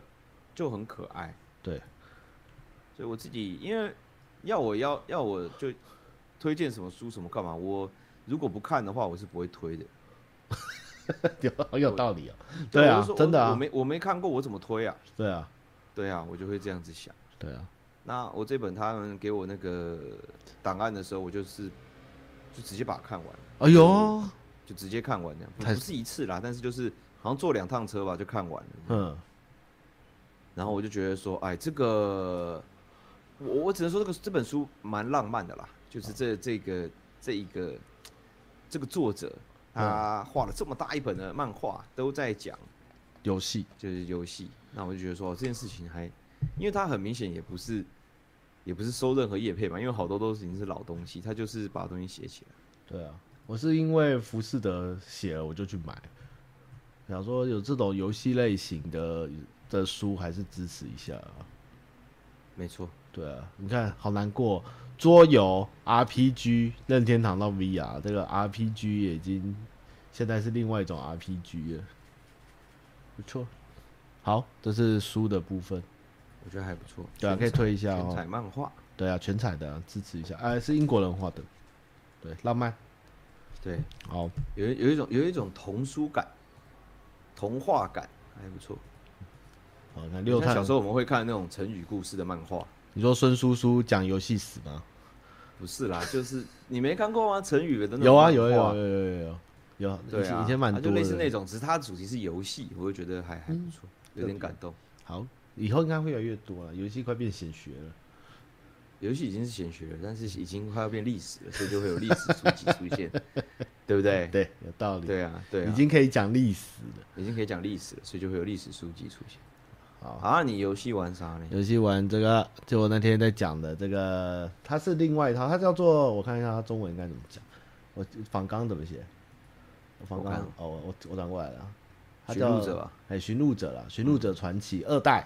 [SPEAKER 2] 就很可爱。
[SPEAKER 1] 对，
[SPEAKER 2] 所以我自己因为要我要要我就推荐什么书什么干嘛，我如果不看的话，我是不会推的。
[SPEAKER 1] 有好有道理哦。对
[SPEAKER 2] 我
[SPEAKER 1] 啊
[SPEAKER 2] 就说，
[SPEAKER 1] 真的
[SPEAKER 2] 我我
[SPEAKER 1] 啊，
[SPEAKER 2] 没我没看过，我怎么推啊？
[SPEAKER 1] 对啊，
[SPEAKER 2] 对啊，我就会这样子想。
[SPEAKER 1] 对啊，
[SPEAKER 2] 那我这本他们给我那个档案的时候，我就是就直接把它看完，
[SPEAKER 1] 哎呦，
[SPEAKER 2] 就直接看完这样，不
[SPEAKER 1] 太
[SPEAKER 2] 不是一次啦，但是就是好像坐两趟车吧就看完了。
[SPEAKER 1] 嗯，
[SPEAKER 2] 然后我就觉得说，哎，这个我我只能说这个这本书蛮浪漫的啦，就是这这个这一个这个作者
[SPEAKER 1] 嗯
[SPEAKER 2] 他画了这么大一本的漫画，都在讲
[SPEAKER 1] 游戏
[SPEAKER 2] 就是游戏，那我就觉得说这件事情还，因为它很明显也不是也不是收任何业配嘛，因为好多都已经是老东西，他就是把东西写起来。
[SPEAKER 1] 对啊，我是因为浮士德写了，我就去买，想说有这种游戏类型的的书，还是支持一下啊。
[SPEAKER 2] 没错，
[SPEAKER 1] 对啊，你看好难过，桌游 RPG 任天堂到 VR，这个 RPG 也已经现在是另外一种 RPG 了，不错。好，这是书的部分，
[SPEAKER 2] 我觉得还不错。
[SPEAKER 1] 对啊，可以
[SPEAKER 2] 全
[SPEAKER 1] 推一下
[SPEAKER 2] 全彩
[SPEAKER 1] 哦。
[SPEAKER 2] 漫画，
[SPEAKER 1] 对啊，全彩的啊、支持一下，哎、是英国人画的，对，浪漫。
[SPEAKER 2] 对，
[SPEAKER 1] 好，
[SPEAKER 2] 有一有一种有一种童书感、童话感，还不错。
[SPEAKER 1] 好，你看六
[SPEAKER 2] 像
[SPEAKER 1] 探
[SPEAKER 2] 小时候我们会看那种成语故事的漫画，
[SPEAKER 1] 你说孙叔叔讲游戏史吗？
[SPEAKER 2] 不是啦，就是你没看过吗？成语的那种
[SPEAKER 1] 有啊，
[SPEAKER 2] 漫
[SPEAKER 1] 有啊有
[SPEAKER 2] 画
[SPEAKER 1] 啊有啊有啊有啊有啊，
[SPEAKER 2] 对
[SPEAKER 1] 以前
[SPEAKER 2] 啊，
[SPEAKER 1] 以前蛮多
[SPEAKER 2] 它就类似那
[SPEAKER 1] 的。
[SPEAKER 2] 种，只是它主题是游戏，我就觉得还还不错，
[SPEAKER 1] 嗯
[SPEAKER 2] 有点感动。
[SPEAKER 1] 好，以后应该会越来越多了，游戏快变显学了。
[SPEAKER 2] 游戏已经是显学了，但是已经快要变历史了，所以就会有历史书籍出 现，对不对？
[SPEAKER 1] 对，有道理。
[SPEAKER 2] 对啊，对啊，
[SPEAKER 1] 已经可以讲历史了。
[SPEAKER 2] 已经可以讲历史了，所以就会有历史书籍出现。
[SPEAKER 1] 好，
[SPEAKER 2] 啊，你游戏玩啥呢？
[SPEAKER 1] 游戏玩这个，就我那天在讲的这个，它是另外一套，它叫做我看一下它中文应该怎么讲，我仿纲怎么写？我仿纲
[SPEAKER 2] 我看
[SPEAKER 1] 哦，我我我转过来了啊，它
[SPEAKER 2] 寻
[SPEAKER 1] 叫
[SPEAKER 2] 路者吧，
[SPEAKER 1] 哎、寻路者啦，寻路者传奇、二代，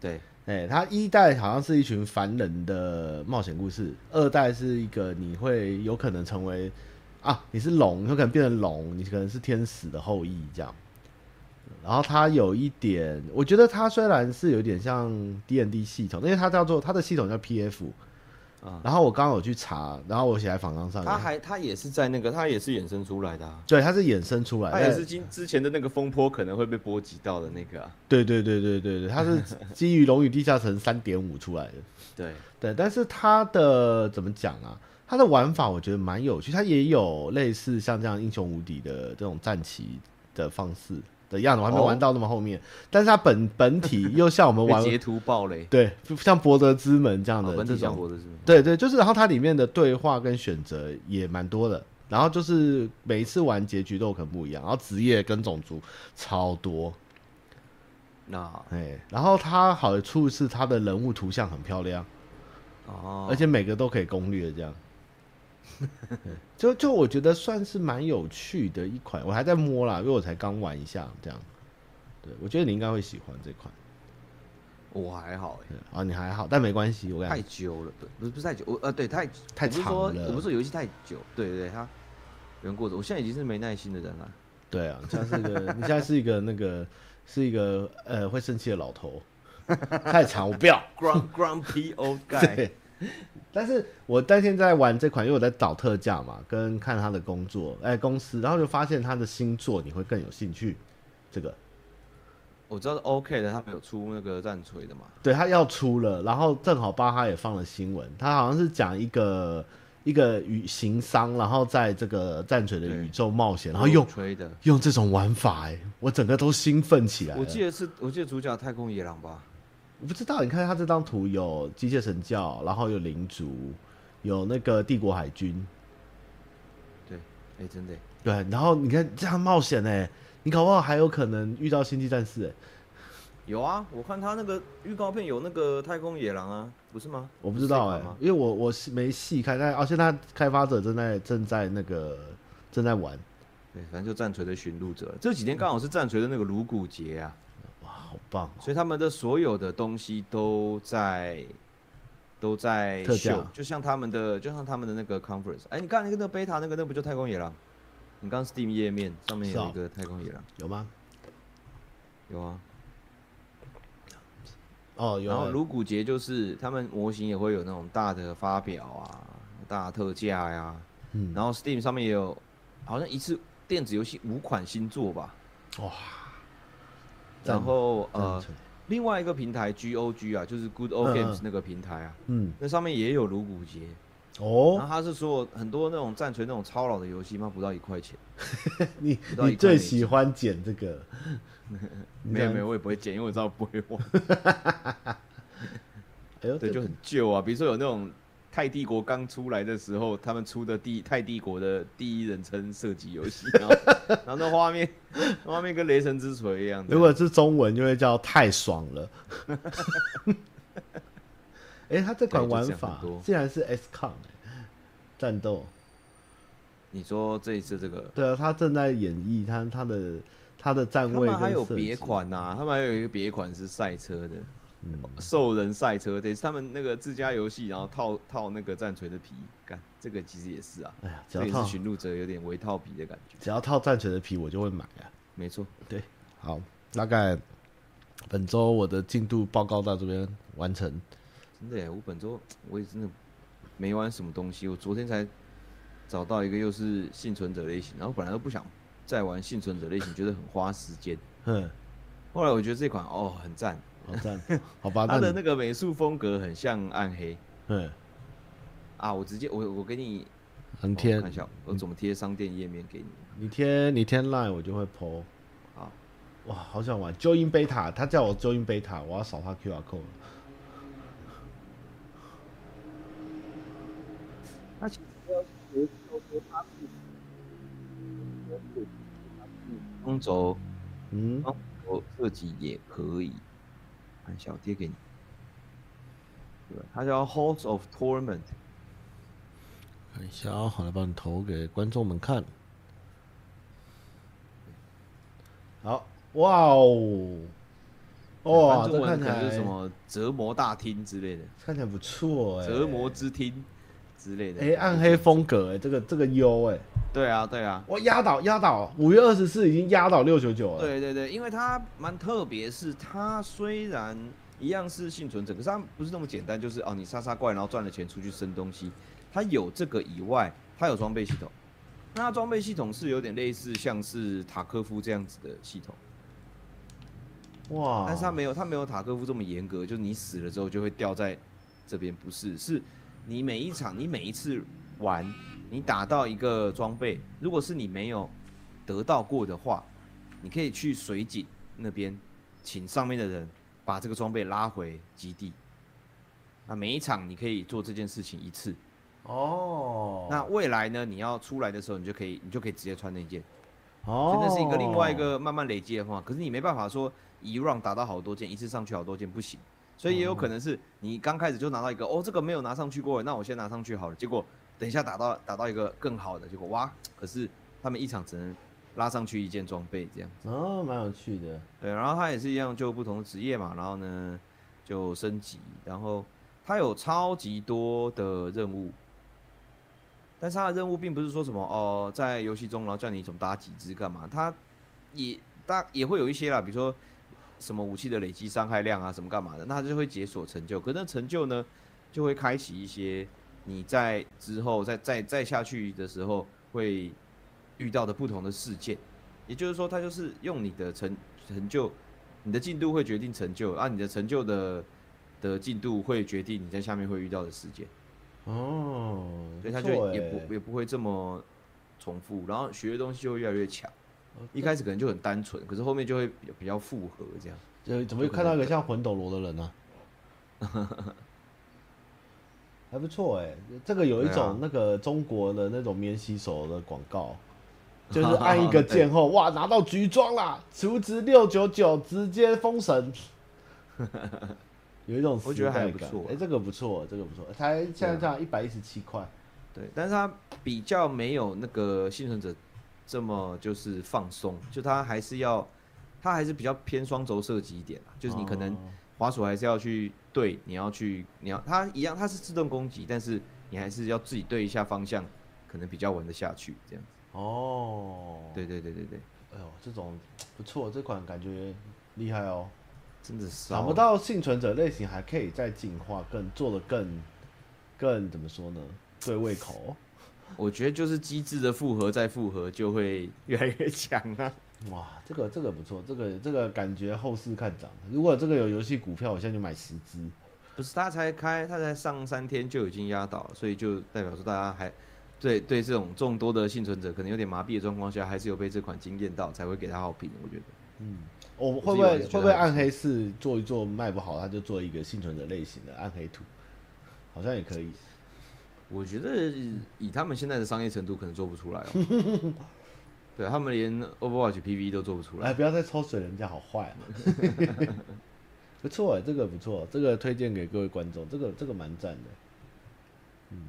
[SPEAKER 2] 对，
[SPEAKER 1] 哎、它一代好像是一群凡人的冒险故事，二代是一个你会有可能成为啊，你是龙，有可能变成龙，你可能是天使的后裔这样。然后它有一点，我觉得它虽然是有点像 D N D 系统，因为它叫做它的系统叫 P F，
[SPEAKER 2] 啊
[SPEAKER 1] 然后我刚刚有去查，然后我写在访纲上
[SPEAKER 2] 他
[SPEAKER 1] 面，
[SPEAKER 2] 还他也是在那个，他也是衍生出来的、啊，
[SPEAKER 1] 对，啊它是衍生出来，
[SPEAKER 2] 他
[SPEAKER 1] 的。
[SPEAKER 2] 也是今之前的那个风波可能会被波及到的那个、啊，
[SPEAKER 1] 对对对对对对，它是基于《龙与地下城》三点五出来的。
[SPEAKER 2] 对，
[SPEAKER 1] 对，但是它的怎么讲啊？它的玩法我觉得蛮有趣，它也有类似像这样英雄无敌的这种战旗的方式的样子，我还没
[SPEAKER 2] 哦
[SPEAKER 1] 玩到那么后面。但是它本本体又像我们
[SPEAKER 2] 被
[SPEAKER 1] 玩
[SPEAKER 2] 截图爆雷，
[SPEAKER 1] 对，就像博德之门这样
[SPEAKER 2] 啊
[SPEAKER 1] 的
[SPEAKER 2] 本
[SPEAKER 1] 这
[SPEAKER 2] 体小
[SPEAKER 1] 种，
[SPEAKER 2] 博的是不是？
[SPEAKER 1] 对对，就是然后它里面的对话跟选择也蛮多的，然后就是每一次玩结局都有可能不一样，然后职业跟种族超多，
[SPEAKER 2] 那
[SPEAKER 1] 哎，然后它好处是它的人物图像很漂亮，
[SPEAKER 2] 哦，
[SPEAKER 1] 而且每个都可以攻略，这样。 就就我觉得算是蛮有趣的一款，我还在摸啦，因为我才刚玩一下，这样。对，我觉得你应该会喜欢这款。
[SPEAKER 2] 我还好哎、
[SPEAKER 1] 对啊，你还好，但没关系，我感
[SPEAKER 2] 太
[SPEAKER 1] 觉
[SPEAKER 2] 久了，不不是不是太久，我呃对太
[SPEAKER 1] 太
[SPEAKER 2] 我不是
[SPEAKER 1] 长
[SPEAKER 2] 说
[SPEAKER 1] 了。
[SPEAKER 2] 我不是说游戏太久，对对对，他人过着，我现在已经是没耐心的人 了。
[SPEAKER 1] 对啊，你现在是个，你现在是一个那个，是一个呃会生气的老头，太长，我不 要。
[SPEAKER 2] Grumpy Grumpy old guy，
[SPEAKER 1] 对，但是我那天在玩这款，因为我在找特价嘛，跟看他的工作，哎、公司，然后就发现他的星座你会更有兴趣。这个，
[SPEAKER 2] 我知道是 OK 的，他们有出那个战锤的嘛？
[SPEAKER 1] 对他要出了，然后正好巴哈也放了新闻，他好像是讲一个一个宇行商，然后在这个战锤的
[SPEAKER 2] 对
[SPEAKER 1] 宇宙冒险，然后用
[SPEAKER 2] 吹的，
[SPEAKER 1] 用这种玩法、哎，我整个都兴奋起来了。
[SPEAKER 2] 我记得是，我记得主角太空野狼吧？
[SPEAKER 1] 我不知道，你看他这张图有机械神教，然后有灵族，有那个帝国海军，
[SPEAKER 2] 对，哎，真的耶，
[SPEAKER 1] 对，然后你看这样冒险呢、哎你搞不好还有可能遇到星际战士、欸。
[SPEAKER 2] 有啊，我看他那个预告片有那个太空野狼啊，不是吗？
[SPEAKER 1] 我不知道哎、
[SPEAKER 2] 是这款吗
[SPEAKER 1] 因为我我是没细看，但而且他开发者正在正在那个正在玩，
[SPEAKER 2] 对，反正就战锤的寻路者了。这几天刚好是战锤的那个颅骨节啊，
[SPEAKER 1] 哇，好棒哦！
[SPEAKER 2] 所以他们的所有的东西都在都在
[SPEAKER 1] 特价
[SPEAKER 2] 秀，就像他们的就像他们的那个 conference。哎，你刚才那个那个 beta 那个那不就太空野狼？你刚 Steam 页面上面
[SPEAKER 1] 是
[SPEAKER 2] 有
[SPEAKER 1] 哦
[SPEAKER 2] 一个太空野狼，
[SPEAKER 1] 有吗？
[SPEAKER 2] 有啊。
[SPEAKER 1] 哦，有
[SPEAKER 2] 然后
[SPEAKER 1] 啊。
[SPEAKER 2] 卢谷节就是他们模型也会有那种大的发表啊，大特价呀、
[SPEAKER 1] 嗯，
[SPEAKER 2] 然后 Steam 上面也有，好像一次电子游戏五款新作吧。
[SPEAKER 1] 哇，赞
[SPEAKER 2] 然后呃
[SPEAKER 1] 赞，成
[SPEAKER 2] 另外一个平台 GOG 啊，就是 Good Old
[SPEAKER 1] 嗯
[SPEAKER 2] Games
[SPEAKER 1] 嗯
[SPEAKER 2] 那个平台啊，
[SPEAKER 1] 嗯，
[SPEAKER 2] 那上面也有卢谷节。然
[SPEAKER 1] 哦
[SPEAKER 2] 后，它是说很多那种战锤那种超老的游戏卖不到一块钱，
[SPEAKER 1] 你
[SPEAKER 2] 不到一块
[SPEAKER 1] 你最喜欢剪这个？你
[SPEAKER 2] 没
[SPEAKER 1] 这
[SPEAKER 2] 有
[SPEAKER 1] 样
[SPEAKER 2] 没有，，我也不会捡，因为我知道不会玩。
[SPEAKER 1] 哎呦，这
[SPEAKER 2] 对，就很旧啊。比如说有那种泰帝国刚出来的时候，他们出的第泰帝国的第一人称射击游戏，然后然后那画面那画面跟雷神之锤一样的。
[SPEAKER 1] 如果是中文就会叫太爽了。 哎、他这款
[SPEAKER 2] 对就
[SPEAKER 1] 玩
[SPEAKER 2] 这样
[SPEAKER 1] 法
[SPEAKER 2] 很多
[SPEAKER 1] 竟然是 SCOM、欸、战斗，
[SPEAKER 2] 你说这一次这个，
[SPEAKER 1] 对啊，他正在演绎他他的他的
[SPEAKER 2] 他
[SPEAKER 1] 站位
[SPEAKER 2] 们还
[SPEAKER 1] 跟
[SPEAKER 2] 有
[SPEAKER 1] 设
[SPEAKER 2] 别
[SPEAKER 1] 计
[SPEAKER 2] 款呐、他们还有一个别款是赛车的，
[SPEAKER 1] 嗯
[SPEAKER 2] 兽人赛车，对，是他们那个自家游戏，然后套套那个战锤的皮，干这个其实也是啊，
[SPEAKER 1] 哎呀，只
[SPEAKER 2] 这
[SPEAKER 1] 要
[SPEAKER 2] 也是
[SPEAKER 1] 套
[SPEAKER 2] 寻路者有点围套皮的感觉，
[SPEAKER 1] 只要套战锤的皮，我就会买啊。
[SPEAKER 2] 没错。
[SPEAKER 1] 对，好，大概本周我的进度报告到这边完成。
[SPEAKER 2] 真的耶，我本周我也真的没玩什么东西，我昨天才找到一个又是幸存者类型，然后本来都不想再玩幸存者类型，觉得很花时间。
[SPEAKER 1] 哼，
[SPEAKER 2] 后来我觉得这款哦很赞，
[SPEAKER 1] 好赞，好 吧，
[SPEAKER 2] 它
[SPEAKER 1] 啊那
[SPEAKER 2] 的
[SPEAKER 1] 你
[SPEAKER 2] 那个美术风格很像暗黑
[SPEAKER 1] 嗯，
[SPEAKER 2] 啊，我直接我我给你
[SPEAKER 1] 很
[SPEAKER 2] 哦
[SPEAKER 1] 贴嗯
[SPEAKER 2] 我看一下，我怎么贴商店页面给你
[SPEAKER 1] 你贴你贴 line 我就会 po。
[SPEAKER 2] 好，
[SPEAKER 1] 哇，好想玩 Join Beta，他叫我 Join Beta，我要扫他 QR code 了。
[SPEAKER 2] 中轴
[SPEAKER 1] 嗯，嗯
[SPEAKER 2] 我设计也可以，看一下，我贴给你。对，它叫 Halls of Torment。
[SPEAKER 1] 看一下啊，好了，把你投给观众们看。好，哇哦，哇，
[SPEAKER 2] 翻中
[SPEAKER 1] 这哦看
[SPEAKER 2] 文
[SPEAKER 1] 起
[SPEAKER 2] 可能
[SPEAKER 1] 来
[SPEAKER 2] 是什么折磨大厅之类的，
[SPEAKER 1] 看起来不错哎、
[SPEAKER 2] 折磨之厅之类的。
[SPEAKER 1] 哎、暗黑风格哎、这个这个优哎、
[SPEAKER 2] 对啊，对啊，
[SPEAKER 1] 我压倒压倒，五月二十四已经压倒六九九了。，
[SPEAKER 2] 对啊对对，因为它蛮特别，是它虽然一样是幸存者，可是它不是那么简单，就是哦你杀杀怪，然后赚了钱出去生东西。它有这个以外，它有装备系统。那装备系统是有点类似像是塔科夫这样子的系统，
[SPEAKER 1] 哇，哦
[SPEAKER 2] 但是它没有它没有塔科夫这么严格，就是你死了之后就会掉在这边，不是？是你每一场你每一次玩，你打到一个装备，如果是你没有得到过的话，你可以去水井那边，请上面的人把这个装备拉回基地。那每一场你可以做这件事情一次。
[SPEAKER 1] 哦，
[SPEAKER 2] 那未来呢，你要出来的时候，你就可以你就可以直接穿那件。
[SPEAKER 1] 哦，
[SPEAKER 2] 所以那是一个另外一个慢慢累积的方法。可是你没办法说一 round 打到好多件，一次上去好多件不行，所以也有可能是你刚开始就拿到一个哦，这个没有拿上去过，那我先拿上去好了。结果等一下打到打到一个更好的，结果哇，可是他们一场只能拉上去一件装备这样。
[SPEAKER 1] 哦，蛮有趣的。
[SPEAKER 2] 对，然后他也是一样，就不同的职业嘛，然后呢就升级，然后他有超级多的任务，但是他的任务并不是说什么哦，在游戏中然后叫你怎么打几只干嘛，他也大也会有一些啦，比如说什么武器的累积伤害量啊，什么干嘛的，那他就会解锁成就，可那成就呢就会开启一些你在之后再再再下去的时候会遇到的不同的事件。也就是说，它就是用你的成成就，你的进度会决定成就，啊，你的成就的的进度会决定你在下面会遇到的事件，
[SPEAKER 1] 哦，
[SPEAKER 2] 所以它
[SPEAKER 1] 不错
[SPEAKER 2] 就也
[SPEAKER 1] 欸
[SPEAKER 2] 不也不会这么重复，然后学的东西就会越来越强。
[SPEAKER 1] 欸
[SPEAKER 2] 一开始可能就很单纯，可是后面就会比较比较复合这样。
[SPEAKER 1] 呃，怎么又看到一个像魂斗罗的人呢、 还不错哎、这个有一
[SPEAKER 2] 对
[SPEAKER 1] 种
[SPEAKER 2] 啊
[SPEAKER 1] 那个中国的那种免洗手的广 告，就是按一个键后，哇，拿到橘装啦，储值六九九，直接封 神。有一种
[SPEAKER 2] 我
[SPEAKER 1] 时
[SPEAKER 2] 觉得还
[SPEAKER 1] 代
[SPEAKER 2] 不
[SPEAKER 1] 感，哎、
[SPEAKER 2] 错啊
[SPEAKER 1] 这个不错，这个不错，才现在这样一百一十七块，
[SPEAKER 2] 对，但是它比较没有那个幸存者这么就是放松，就它还是要，它还是比较偏双轴射击一点啦，就是你可能
[SPEAKER 1] 哦
[SPEAKER 2] 滑鼠还是要去对，你要去，你要它一样，它是自动攻击，但是你还是要自己对一下方向，可能比较玩得下去这样。
[SPEAKER 1] 哦，
[SPEAKER 2] 对，对对对对，
[SPEAKER 1] 哎呦，这种不错，这款感觉厉害哦。
[SPEAKER 2] 真的是
[SPEAKER 1] 找不。到幸存者类型，还可以再进化，更做的更更怎么说呢？对胃口。
[SPEAKER 2] 我觉得就是机制的复合再复合就会越来越强啊。
[SPEAKER 1] 哇，这个这个不错，这个这个感觉后市看涨。如果这个有游戏股票，我现在就买十只。
[SPEAKER 2] 不是，它才开，它才上三天就已经压倒了，所以就代表说大家还对对这种众多的幸存者可能有点麻痹的状况下，还是有被这款惊艳到，才会给他好评。我觉得
[SPEAKER 1] 我们会
[SPEAKER 2] 我自己
[SPEAKER 1] 不
[SPEAKER 2] 玩
[SPEAKER 1] 会
[SPEAKER 2] 就觉
[SPEAKER 1] 会
[SPEAKER 2] 得
[SPEAKER 1] 不会
[SPEAKER 2] 还不
[SPEAKER 1] 暗黑四做一做卖不好，他就做一个幸存者类型的暗黑图，好像也可以。
[SPEAKER 2] 我觉得以他们现在的商业程度，可能做不出来哦。 对他们连 Overwatch PV 都做不出
[SPEAKER 1] 哎，
[SPEAKER 2] 来。
[SPEAKER 1] 不要再抽水人家，好坏啊！ 不错哎，这个不错，这个推荐给各位观众，这个这个蛮赞的。嗯，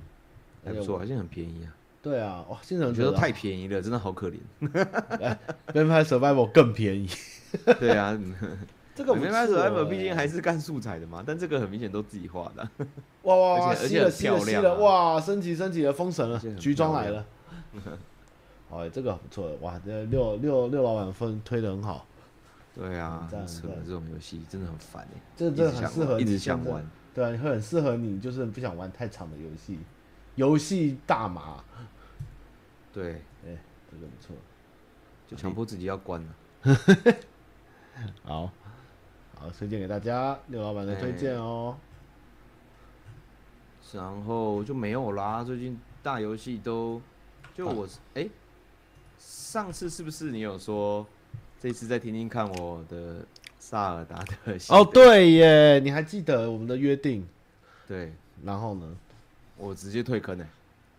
[SPEAKER 2] 还不错，。还是很便宜啊！
[SPEAKER 1] 对啊，哇，幸
[SPEAKER 2] 我
[SPEAKER 1] 存
[SPEAKER 2] 觉
[SPEAKER 1] 者
[SPEAKER 2] 得太便宜了，真的 好可怜。
[SPEAKER 1] 跟拍 Survival 更便 宜。
[SPEAKER 2] 对啊，
[SPEAKER 1] 这个
[SPEAKER 2] 没办法，M 毕竟还是干素材的嘛，但这个很明显都自己画的啊。
[SPEAKER 1] 哇哇哇，
[SPEAKER 2] 而且
[SPEAKER 1] 吸了
[SPEAKER 2] 而
[SPEAKER 1] 吸
[SPEAKER 2] 且
[SPEAKER 1] 了
[SPEAKER 2] 很
[SPEAKER 1] 吸
[SPEAKER 2] 漂亮
[SPEAKER 1] 了，
[SPEAKER 2] 啊
[SPEAKER 1] 哇，升级升级了，封神了
[SPEAKER 2] 而且，很
[SPEAKER 1] 橘装
[SPEAKER 2] 漂
[SPEAKER 1] 来
[SPEAKER 2] 亮
[SPEAKER 1] 了。哎，这个不错，哇，这六六六老板分推的很好，
[SPEAKER 2] 对啊，
[SPEAKER 1] 嗯很赞
[SPEAKER 2] 很扯
[SPEAKER 1] 很赞
[SPEAKER 2] 这种游戏真的很烦哎。
[SPEAKER 1] 这这
[SPEAKER 2] 一直
[SPEAKER 1] 很
[SPEAKER 2] 想
[SPEAKER 1] 适合
[SPEAKER 2] 玩
[SPEAKER 1] 你
[SPEAKER 2] 一直想
[SPEAKER 1] 现在
[SPEAKER 2] 玩。
[SPEAKER 1] 对啊，你会很适合你，就是不想玩太长的游戏，游戏大麻，
[SPEAKER 2] 对，
[SPEAKER 1] 哎，这个不错，
[SPEAKER 2] 就
[SPEAKER 1] 哎
[SPEAKER 2] 强迫自己要关啊了。
[SPEAKER 1] 好，好推荐给大家六老板的推荐哦，
[SPEAKER 2] 然后就没有啦。最近大游戏都，就我哎、上次是不是你有说，这次再听听看我的萨尔达的心
[SPEAKER 1] 哦
[SPEAKER 2] 得
[SPEAKER 1] 对耶，你还记得我们的约定？
[SPEAKER 2] 对，
[SPEAKER 1] 然后呢？
[SPEAKER 2] 我直接退坑呢、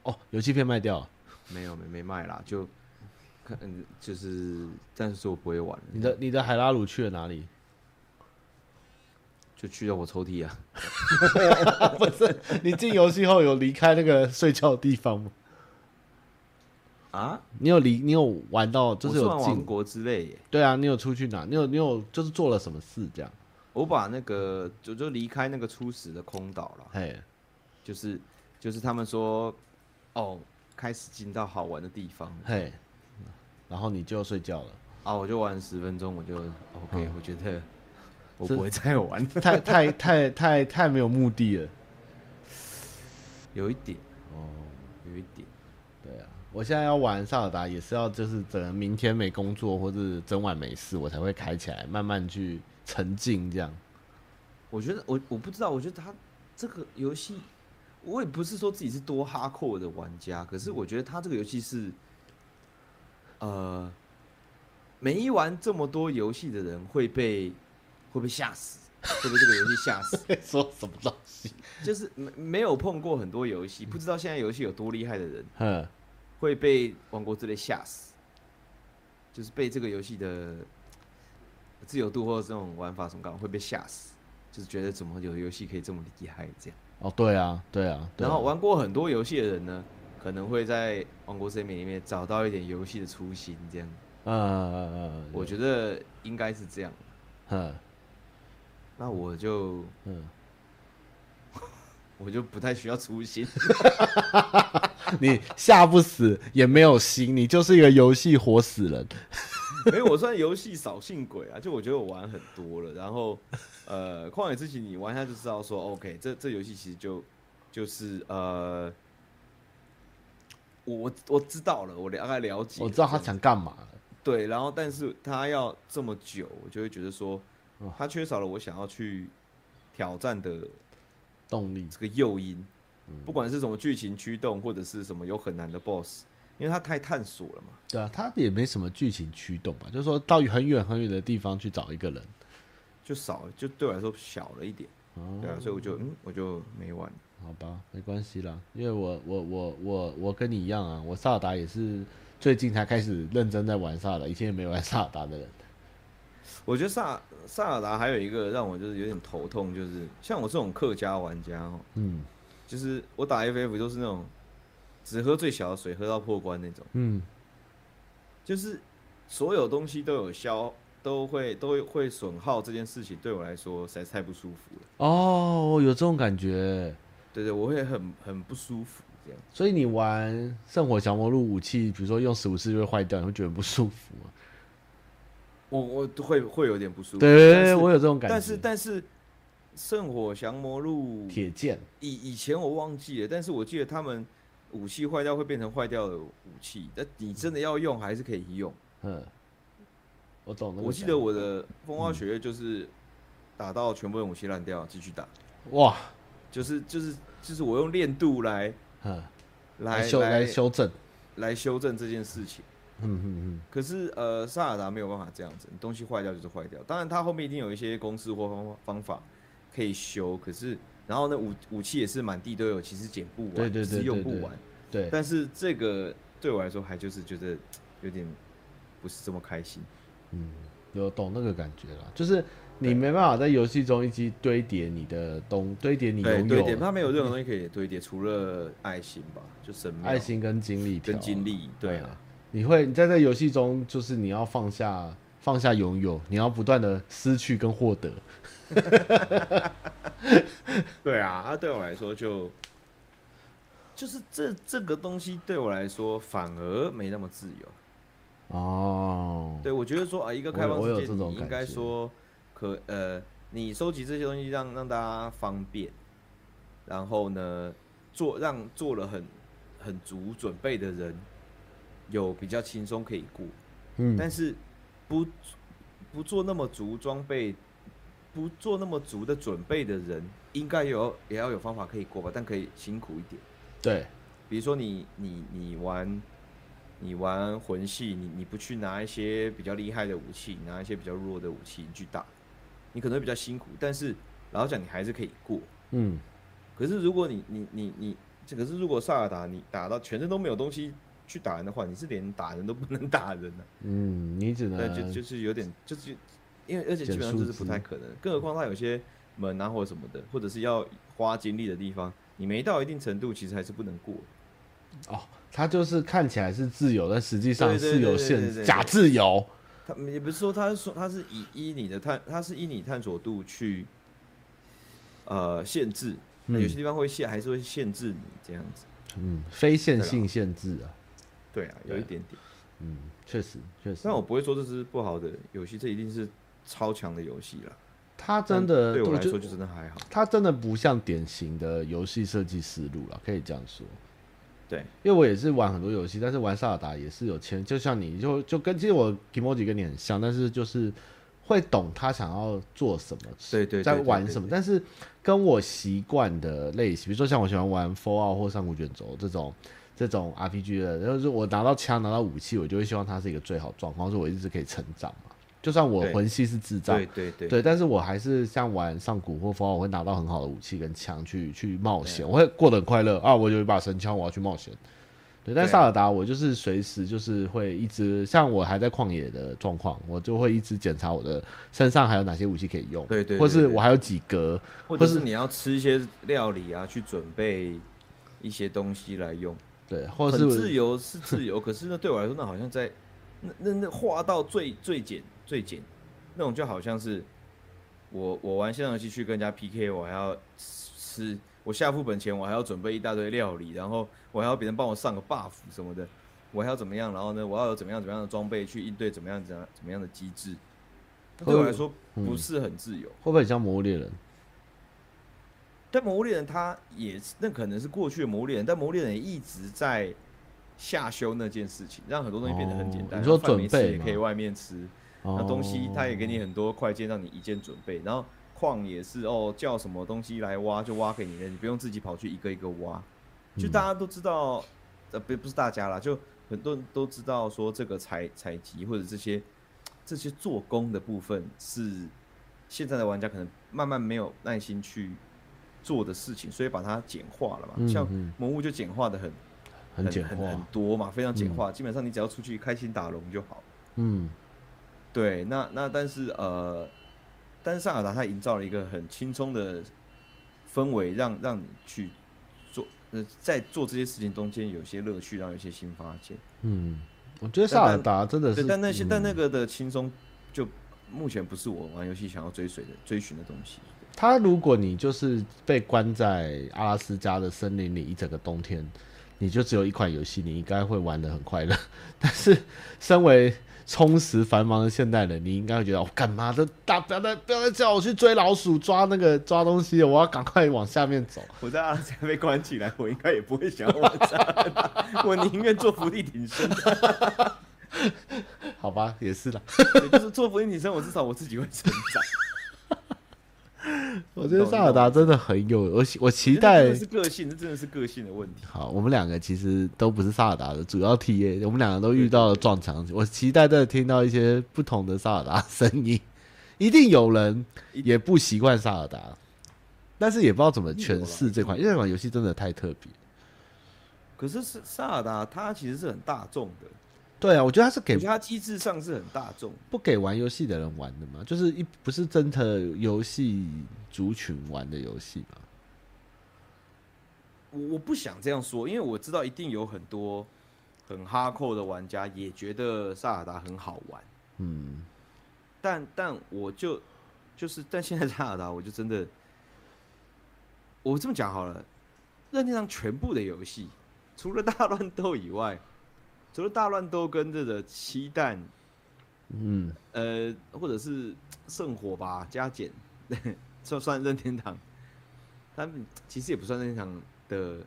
[SPEAKER 1] 哦，游戏片卖掉了，
[SPEAKER 2] 没有没没卖啦，就看嗯
[SPEAKER 1] 嗯
[SPEAKER 2] 就是暂时说我不会玩了。
[SPEAKER 1] 你的你的海拉鲁去了哪里？
[SPEAKER 2] 就去到我抽屉啊。
[SPEAKER 1] 不是， 你进游戏后有离开那个睡觉的地方吗？
[SPEAKER 2] 啊，
[SPEAKER 1] 你有离，你有玩到，就
[SPEAKER 2] 我
[SPEAKER 1] 是
[SPEAKER 2] 是玩
[SPEAKER 1] 有
[SPEAKER 2] 王
[SPEAKER 1] 进，
[SPEAKER 2] 国之泪耶，
[SPEAKER 1] 对啊，你有出去哪？你有你有就是做了什么事这样？
[SPEAKER 2] 我把那个就就离开那个初始的空岛了，
[SPEAKER 1] 嘿，
[SPEAKER 2] 就是就是他们说哦，开始进到好玩的地方了
[SPEAKER 1] 嘿，然后你就睡觉了，
[SPEAKER 2] 啊，我就玩十分钟，我就 OK，、我觉得我
[SPEAKER 1] 这
[SPEAKER 2] 不会再玩，
[SPEAKER 1] 太太太太太没有目的了。
[SPEAKER 2] 有一点，
[SPEAKER 1] 哦，
[SPEAKER 2] 有一点，
[SPEAKER 1] 对啊，我现在要玩塞尔达，也是要就是整个明天没工作或者整晚没事，我才会开起来，慢慢去沉浸 这样。
[SPEAKER 2] 我觉得我我不知道，我觉得他这个游戏，我也不是说自己是多哈扣的玩家，可是我觉得他这个游戏是，呃，没玩这么多游戏的人会被会被吓死，会被这个游戏吓 死，
[SPEAKER 1] 说什么东西？
[SPEAKER 2] 就是没没有碰过很多游戏，不知道现在游戏有多厉害的人
[SPEAKER 1] 哼，
[SPEAKER 2] 会被《王国之泪》吓死，就是被这个游戏的自由度或者这种玩法什么感会被吓死，就是觉得怎么有游戏可以这么厉害这样。
[SPEAKER 1] 哦，对啊，对啊，对啊
[SPEAKER 2] 然后玩过很多游戏的人呢，可能会在《王国之泪》里面找到一点游戏的初心，这样，
[SPEAKER 1] 呃，
[SPEAKER 2] 我觉得应该是这样。
[SPEAKER 1] 嗯
[SPEAKER 2] 那我就
[SPEAKER 1] 嗯，
[SPEAKER 2] 我就不太需要初心，
[SPEAKER 1] 呃你吓不死也没有心，你就是一个游戏活死 人。
[SPEAKER 2] 没有，我算游戏扫兴鬼啊，就我觉得我玩很多了，然后，呃，旷野之息你玩一下就知道说，OK，这这游戏其实就就是呃，我我知道了，我大概了解了，
[SPEAKER 1] 我知道他
[SPEAKER 2] 这样
[SPEAKER 1] 想干嘛了。
[SPEAKER 2] 对，然后但是他要这么久，我就会觉得说
[SPEAKER 1] 哦，
[SPEAKER 2] 他缺少了我想要去挑战的
[SPEAKER 1] 动力
[SPEAKER 2] 这个诱因，
[SPEAKER 1] 嗯
[SPEAKER 2] 不管是什么剧情驱动，或者是什么有很难的 BOSS，因为他太探索了嘛。
[SPEAKER 1] 对啊，他也没什么剧情驱动吧，就是说到很远很远的地方去找一个人。
[SPEAKER 2] 就少，就对我来说小了一点，
[SPEAKER 1] 哦，
[SPEAKER 2] 对啊，所以我就嗯，我就没玩。
[SPEAKER 1] 好吧，没关系啦，因为我我我我我跟你一样啊，我萨尔达也是最近才开始认真在玩萨尔达，以前也没玩萨尔达的人。
[SPEAKER 2] 我觉得萨萨尔达还有一个让我就是有点头痛，就是像我这种客家玩家哦，
[SPEAKER 1] 嗯
[SPEAKER 2] 就是我打 FF 都是那种只喝最小的水，喝到破关那种，
[SPEAKER 1] 嗯，
[SPEAKER 2] 就是所有东西都有消，都会都会损耗这件事情，对我来说实在是太不舒服了。
[SPEAKER 1] 哦，有这种感觉。
[SPEAKER 2] 对对，我会很很不舒服这样。
[SPEAKER 1] 所以你玩《圣火降魔录》武器，比如说用十五次就会坏掉，你会觉得不舒服吗？
[SPEAKER 2] 我我会会有点不舒服。但
[SPEAKER 1] 对，
[SPEAKER 2] 是
[SPEAKER 1] 我有这种感觉。
[SPEAKER 2] 但是但是，圣火降魔录
[SPEAKER 1] 铁剑，
[SPEAKER 2] 以以前我忘记了，但是我记得他们武器坏掉会变成坏掉的武器，但你真的要用还是可以用。
[SPEAKER 1] 嗯，我懂了。
[SPEAKER 2] 我记得我
[SPEAKER 1] 嗯
[SPEAKER 2] 的风花雪月就是打到全部的武器烂掉，继续打，
[SPEAKER 1] 哇，
[SPEAKER 2] 就是就是就是我用练度来
[SPEAKER 1] 嗯，来
[SPEAKER 2] 来
[SPEAKER 1] 修来
[SPEAKER 2] 来
[SPEAKER 1] 修正，
[SPEAKER 2] 来修正这件事情。
[SPEAKER 1] 嗯嗯
[SPEAKER 2] 可是呃，萨尔达没有办法这样子，你东西坏掉就是坏掉。当然，它后面一定有一些公式或方方法可以修。可是，然后呢，武武器也是满地都有，其实捡不完，
[SPEAKER 1] 对对对
[SPEAKER 2] 只是用
[SPEAKER 1] 对
[SPEAKER 2] 不
[SPEAKER 1] 对
[SPEAKER 2] 完。
[SPEAKER 1] 嗯，对，
[SPEAKER 2] 但是这个对我来说，还就是觉得有点不是这么开心。
[SPEAKER 1] 嗯，有懂那个感觉了，就是你没办法在游戏中一直堆叠你的东，堆叠你
[SPEAKER 2] 对，
[SPEAKER 1] 拥
[SPEAKER 2] 堆叠，
[SPEAKER 1] 有
[SPEAKER 2] 它
[SPEAKER 1] 的
[SPEAKER 2] 没有任何东西可以堆叠，除了爱心吧，就神 庙
[SPEAKER 1] 爱心跟精力
[SPEAKER 2] 跟
[SPEAKER 1] 条
[SPEAKER 2] 精，力。对啊，
[SPEAKER 1] 你会你在这游戏中，就是你要放下放下拥有，你要不断的失去跟获得，
[SPEAKER 2] 对啊，它对我来说就就是这这个东西对我来说反而没那么自由。
[SPEAKER 1] 哦，
[SPEAKER 2] 对，我觉得说啊，一个开
[SPEAKER 1] 我有
[SPEAKER 2] 放
[SPEAKER 1] 我有
[SPEAKER 2] 世界，
[SPEAKER 1] 这种
[SPEAKER 2] 你应
[SPEAKER 1] 感
[SPEAKER 2] 该
[SPEAKER 1] 觉
[SPEAKER 2] 说可呃，你收集这些东西让让大家方便，然后呢，做让做了很很足准备的人有比较轻松可以过，
[SPEAKER 1] 嗯，
[SPEAKER 2] 但是不不做那么足装备，不做那么足的准备的人，应该有也要有方法可以过吧，但可以辛苦一点。
[SPEAKER 1] 对，
[SPEAKER 2] 比如说你你你玩你玩魂系，你你不去拿一些比较厉害的武器，拿一些比较弱的武器你去打，你可能会比较辛苦，但是老实讲你还是可以过。
[SPEAKER 1] 嗯，
[SPEAKER 2] 可是如果你你你你，这可是如果萨尔达你打到全身都没有东西去打人的话，你是连打人都不能打人的、啊
[SPEAKER 1] 嗯，你只
[SPEAKER 2] 那就
[SPEAKER 1] 能
[SPEAKER 2] 就是有点就是，因为而且基本上
[SPEAKER 1] 减
[SPEAKER 2] 这
[SPEAKER 1] 数
[SPEAKER 2] 是不太
[SPEAKER 1] 值
[SPEAKER 2] 可能，更何况他有些门啊或者什么的，或者是要花精力的地方，你没到一定程度，其实还是不能过。
[SPEAKER 1] 哦它就是看起来是自由，但实际上
[SPEAKER 2] 对对
[SPEAKER 1] 是
[SPEAKER 2] 对
[SPEAKER 1] 有
[SPEAKER 2] 对对
[SPEAKER 1] 限
[SPEAKER 2] 对
[SPEAKER 1] 假自由。
[SPEAKER 2] 他也不是说他是说他是以依你的探，他是依你探索度去呃限制，
[SPEAKER 1] 嗯
[SPEAKER 2] 有些地方会限还是会限制你这样子。
[SPEAKER 1] 嗯，非线性限制啊，
[SPEAKER 2] 对啊，有一点点。
[SPEAKER 1] 嗯，确实确实
[SPEAKER 2] 但。我不会说这是不好的游戏，这一定是超强的游戏啦。
[SPEAKER 1] 它真的
[SPEAKER 2] 对我来
[SPEAKER 1] 觉
[SPEAKER 2] 说就真的还好。
[SPEAKER 1] 它真的不像典型的游戏设计思路了，可以这样说。
[SPEAKER 2] 对，
[SPEAKER 1] 因为我也是玩很多游戏，但是玩萨尔达也是有牵，就像你就就跟其实我 Kimoji 跟你很像，但是就是会懂他想要做什么，
[SPEAKER 2] 对对对
[SPEAKER 1] 在
[SPEAKER 2] 对
[SPEAKER 1] 玩
[SPEAKER 2] 对
[SPEAKER 1] 什么。
[SPEAKER 2] 对
[SPEAKER 1] 但是跟我习惯的类型，比如说像我喜欢玩 Fallout 或上古卷轴这种这种 RPG 的，然后是我拿到枪拿到武器，我就会希望它是一个最好状况，是我一直可以成长嘛。就算我
[SPEAKER 2] 对
[SPEAKER 1] 魂系是智障
[SPEAKER 2] 对，对对
[SPEAKER 1] 对，但是我还是像玩上古或 Fallout，我会拿到很好的武器跟枪去去冒
[SPEAKER 2] 啊
[SPEAKER 1] 险，我会过得很快乐啊！我有一把神枪，我要去冒险。对，但
[SPEAKER 2] 对啊
[SPEAKER 1] 萨尔达我就是随时就是会一直，像我还在旷野的状况，我就会一直检查我的身上还有哪些武器可以用，
[SPEAKER 2] 对对对
[SPEAKER 1] 或是
[SPEAKER 2] 对
[SPEAKER 1] 我还有几格，
[SPEAKER 2] 或者
[SPEAKER 1] 或
[SPEAKER 2] 是
[SPEAKER 1] 是
[SPEAKER 2] 你要吃一些料理啊，去准备一些东西来用。
[SPEAKER 1] 对，或
[SPEAKER 2] 很自
[SPEAKER 1] 是
[SPEAKER 2] 由是自由，可是呢，对我来说，那好像在那那那画到最最简最简那种，就好像是我我玩线上游戏去跟人家 PK，我还要吃，我下副本前我还要准备一大堆料理，然后我还要别人帮我上个 buff 什么的，我还要怎么样，然后呢，我要有怎么样怎么样的装备去应对怎么样啊怎么样怎么样的机制，那对我来说
[SPEAKER 1] 嗯
[SPEAKER 2] 不是很自由。
[SPEAKER 1] 会不会很像魔物猎人？
[SPEAKER 2] 但魔物猎人他也是，那可能是过去的魔物猎人，但魔物猎人也一直在下修那件事情，让很多东西变得很简
[SPEAKER 1] 哦
[SPEAKER 2] 单。
[SPEAKER 1] 你说
[SPEAKER 2] 然后饭没吃
[SPEAKER 1] 准备
[SPEAKER 2] 也
[SPEAKER 1] 吗
[SPEAKER 2] 可以外面吃，那
[SPEAKER 1] 哦
[SPEAKER 2] 东西他也给你很多快件，让你一键准备。然后矿也是哦，叫什么东西来挖就挖给你了，你不用自己跑去一个一个挖。
[SPEAKER 1] 嗯
[SPEAKER 2] 就大家都知道，呃，不不是大家啦，就很多人都知道说这个采采集或者这些这些做工的部分是现在的玩家可能慢慢没有耐心去做的事情，所以把它简化了嘛。
[SPEAKER 1] 嗯
[SPEAKER 2] 像
[SPEAKER 1] 嗯
[SPEAKER 2] 魔物就简化的很
[SPEAKER 1] 很简
[SPEAKER 2] 很很
[SPEAKER 1] 化，
[SPEAKER 2] 多嘛，非常简化，基本上你只要出去开心打龙就好。
[SPEAKER 1] 嗯，
[SPEAKER 2] 对，那那但是呃，但是萨尔达它营造了一个很轻松的氛围，让让你去做呃，在做这些事情中间有些乐趣，让有些新发现。
[SPEAKER 1] 嗯，我觉得萨尔达真的
[SPEAKER 2] 对，
[SPEAKER 1] 是，
[SPEAKER 2] 但那些、但
[SPEAKER 1] 嗯
[SPEAKER 2] 那个的轻松，就目前不是我玩游戏想要追随的追寻的东西。
[SPEAKER 1] 它如果你就是被关在阿拉斯加的森林里一整个冬天，你就只有一款游戏，你应该会玩的很快乐。 但是，身为充实繁忙的现代人，你应该会觉得，我、哦干嘛的？大不要再不要再叫我去追老鼠、抓那个抓东西了，我要赶快往下面走。
[SPEAKER 2] 我在阿拉斯加被关起来，我应该也不会想要玩萨尔达，我宁愿做伏地挺身。
[SPEAKER 1] 好吧，也是啦。
[SPEAKER 2] 对，就是做伏地挺身，我至少我自己会成长。
[SPEAKER 1] 我觉得萨尔达真的很有，我希我期待
[SPEAKER 2] 这真的。是个性，这真的是个性的问题。
[SPEAKER 1] 好，我们两个其实都不是萨尔达的主要 T A，我们两个都遇到了撞墙。我期待的听到一些不同的萨尔达声音，一定有人也不习惯萨尔达，但是也不知道怎么诠释这款，因为这款游戏真的太特别。
[SPEAKER 2] 可是是萨尔达，它其实是很大众的，
[SPEAKER 1] 对啊，我觉得它是
[SPEAKER 2] 我
[SPEAKER 1] 给
[SPEAKER 2] 觉得它机制上是很大众。
[SPEAKER 1] 不给玩游戏的人玩的嘛，就是一不是真的游戏族群玩的游戏嘛。
[SPEAKER 2] 我我不想这样说，因为我知道一定有很多很哈扣的玩家也觉得萨尔达很好玩，
[SPEAKER 1] 嗯，
[SPEAKER 2] 但但我就就是，但现在萨尔达我就真的，我这么讲好了，任天堂全部的游戏，除了大乱斗以外，除了大乱斗跟这个七蛋，
[SPEAKER 1] 嗯，
[SPEAKER 2] 呃，或者是圣火吧加减，算算任天堂，他们其实也不算任天堂的，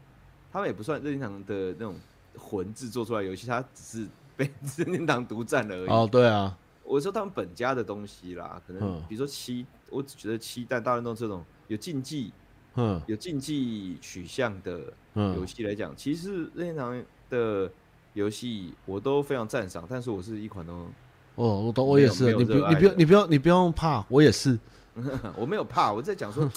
[SPEAKER 2] 他们也不算任天堂的那种魂制作出来的游戏，它只是被 任天堂独占了而已。
[SPEAKER 1] 哦，对啊，
[SPEAKER 2] 我说他们本家的东西啦，可能
[SPEAKER 1] 嗯
[SPEAKER 2] 比如说七，我只觉得七代大乱斗这种有竞技
[SPEAKER 1] 嗯
[SPEAKER 2] 有竞技取向的游
[SPEAKER 1] 嗯，
[SPEAKER 2] 戏来讲，其实任天堂的游戏我都非常赞赏，但是我是一款都
[SPEAKER 1] 哦，我懂，我也是，
[SPEAKER 2] 没有
[SPEAKER 1] 你不
[SPEAKER 2] 没有热爱
[SPEAKER 1] 你不用
[SPEAKER 2] 的
[SPEAKER 1] 你不用你不用怕，我也是。
[SPEAKER 2] 我没有怕，我在讲说，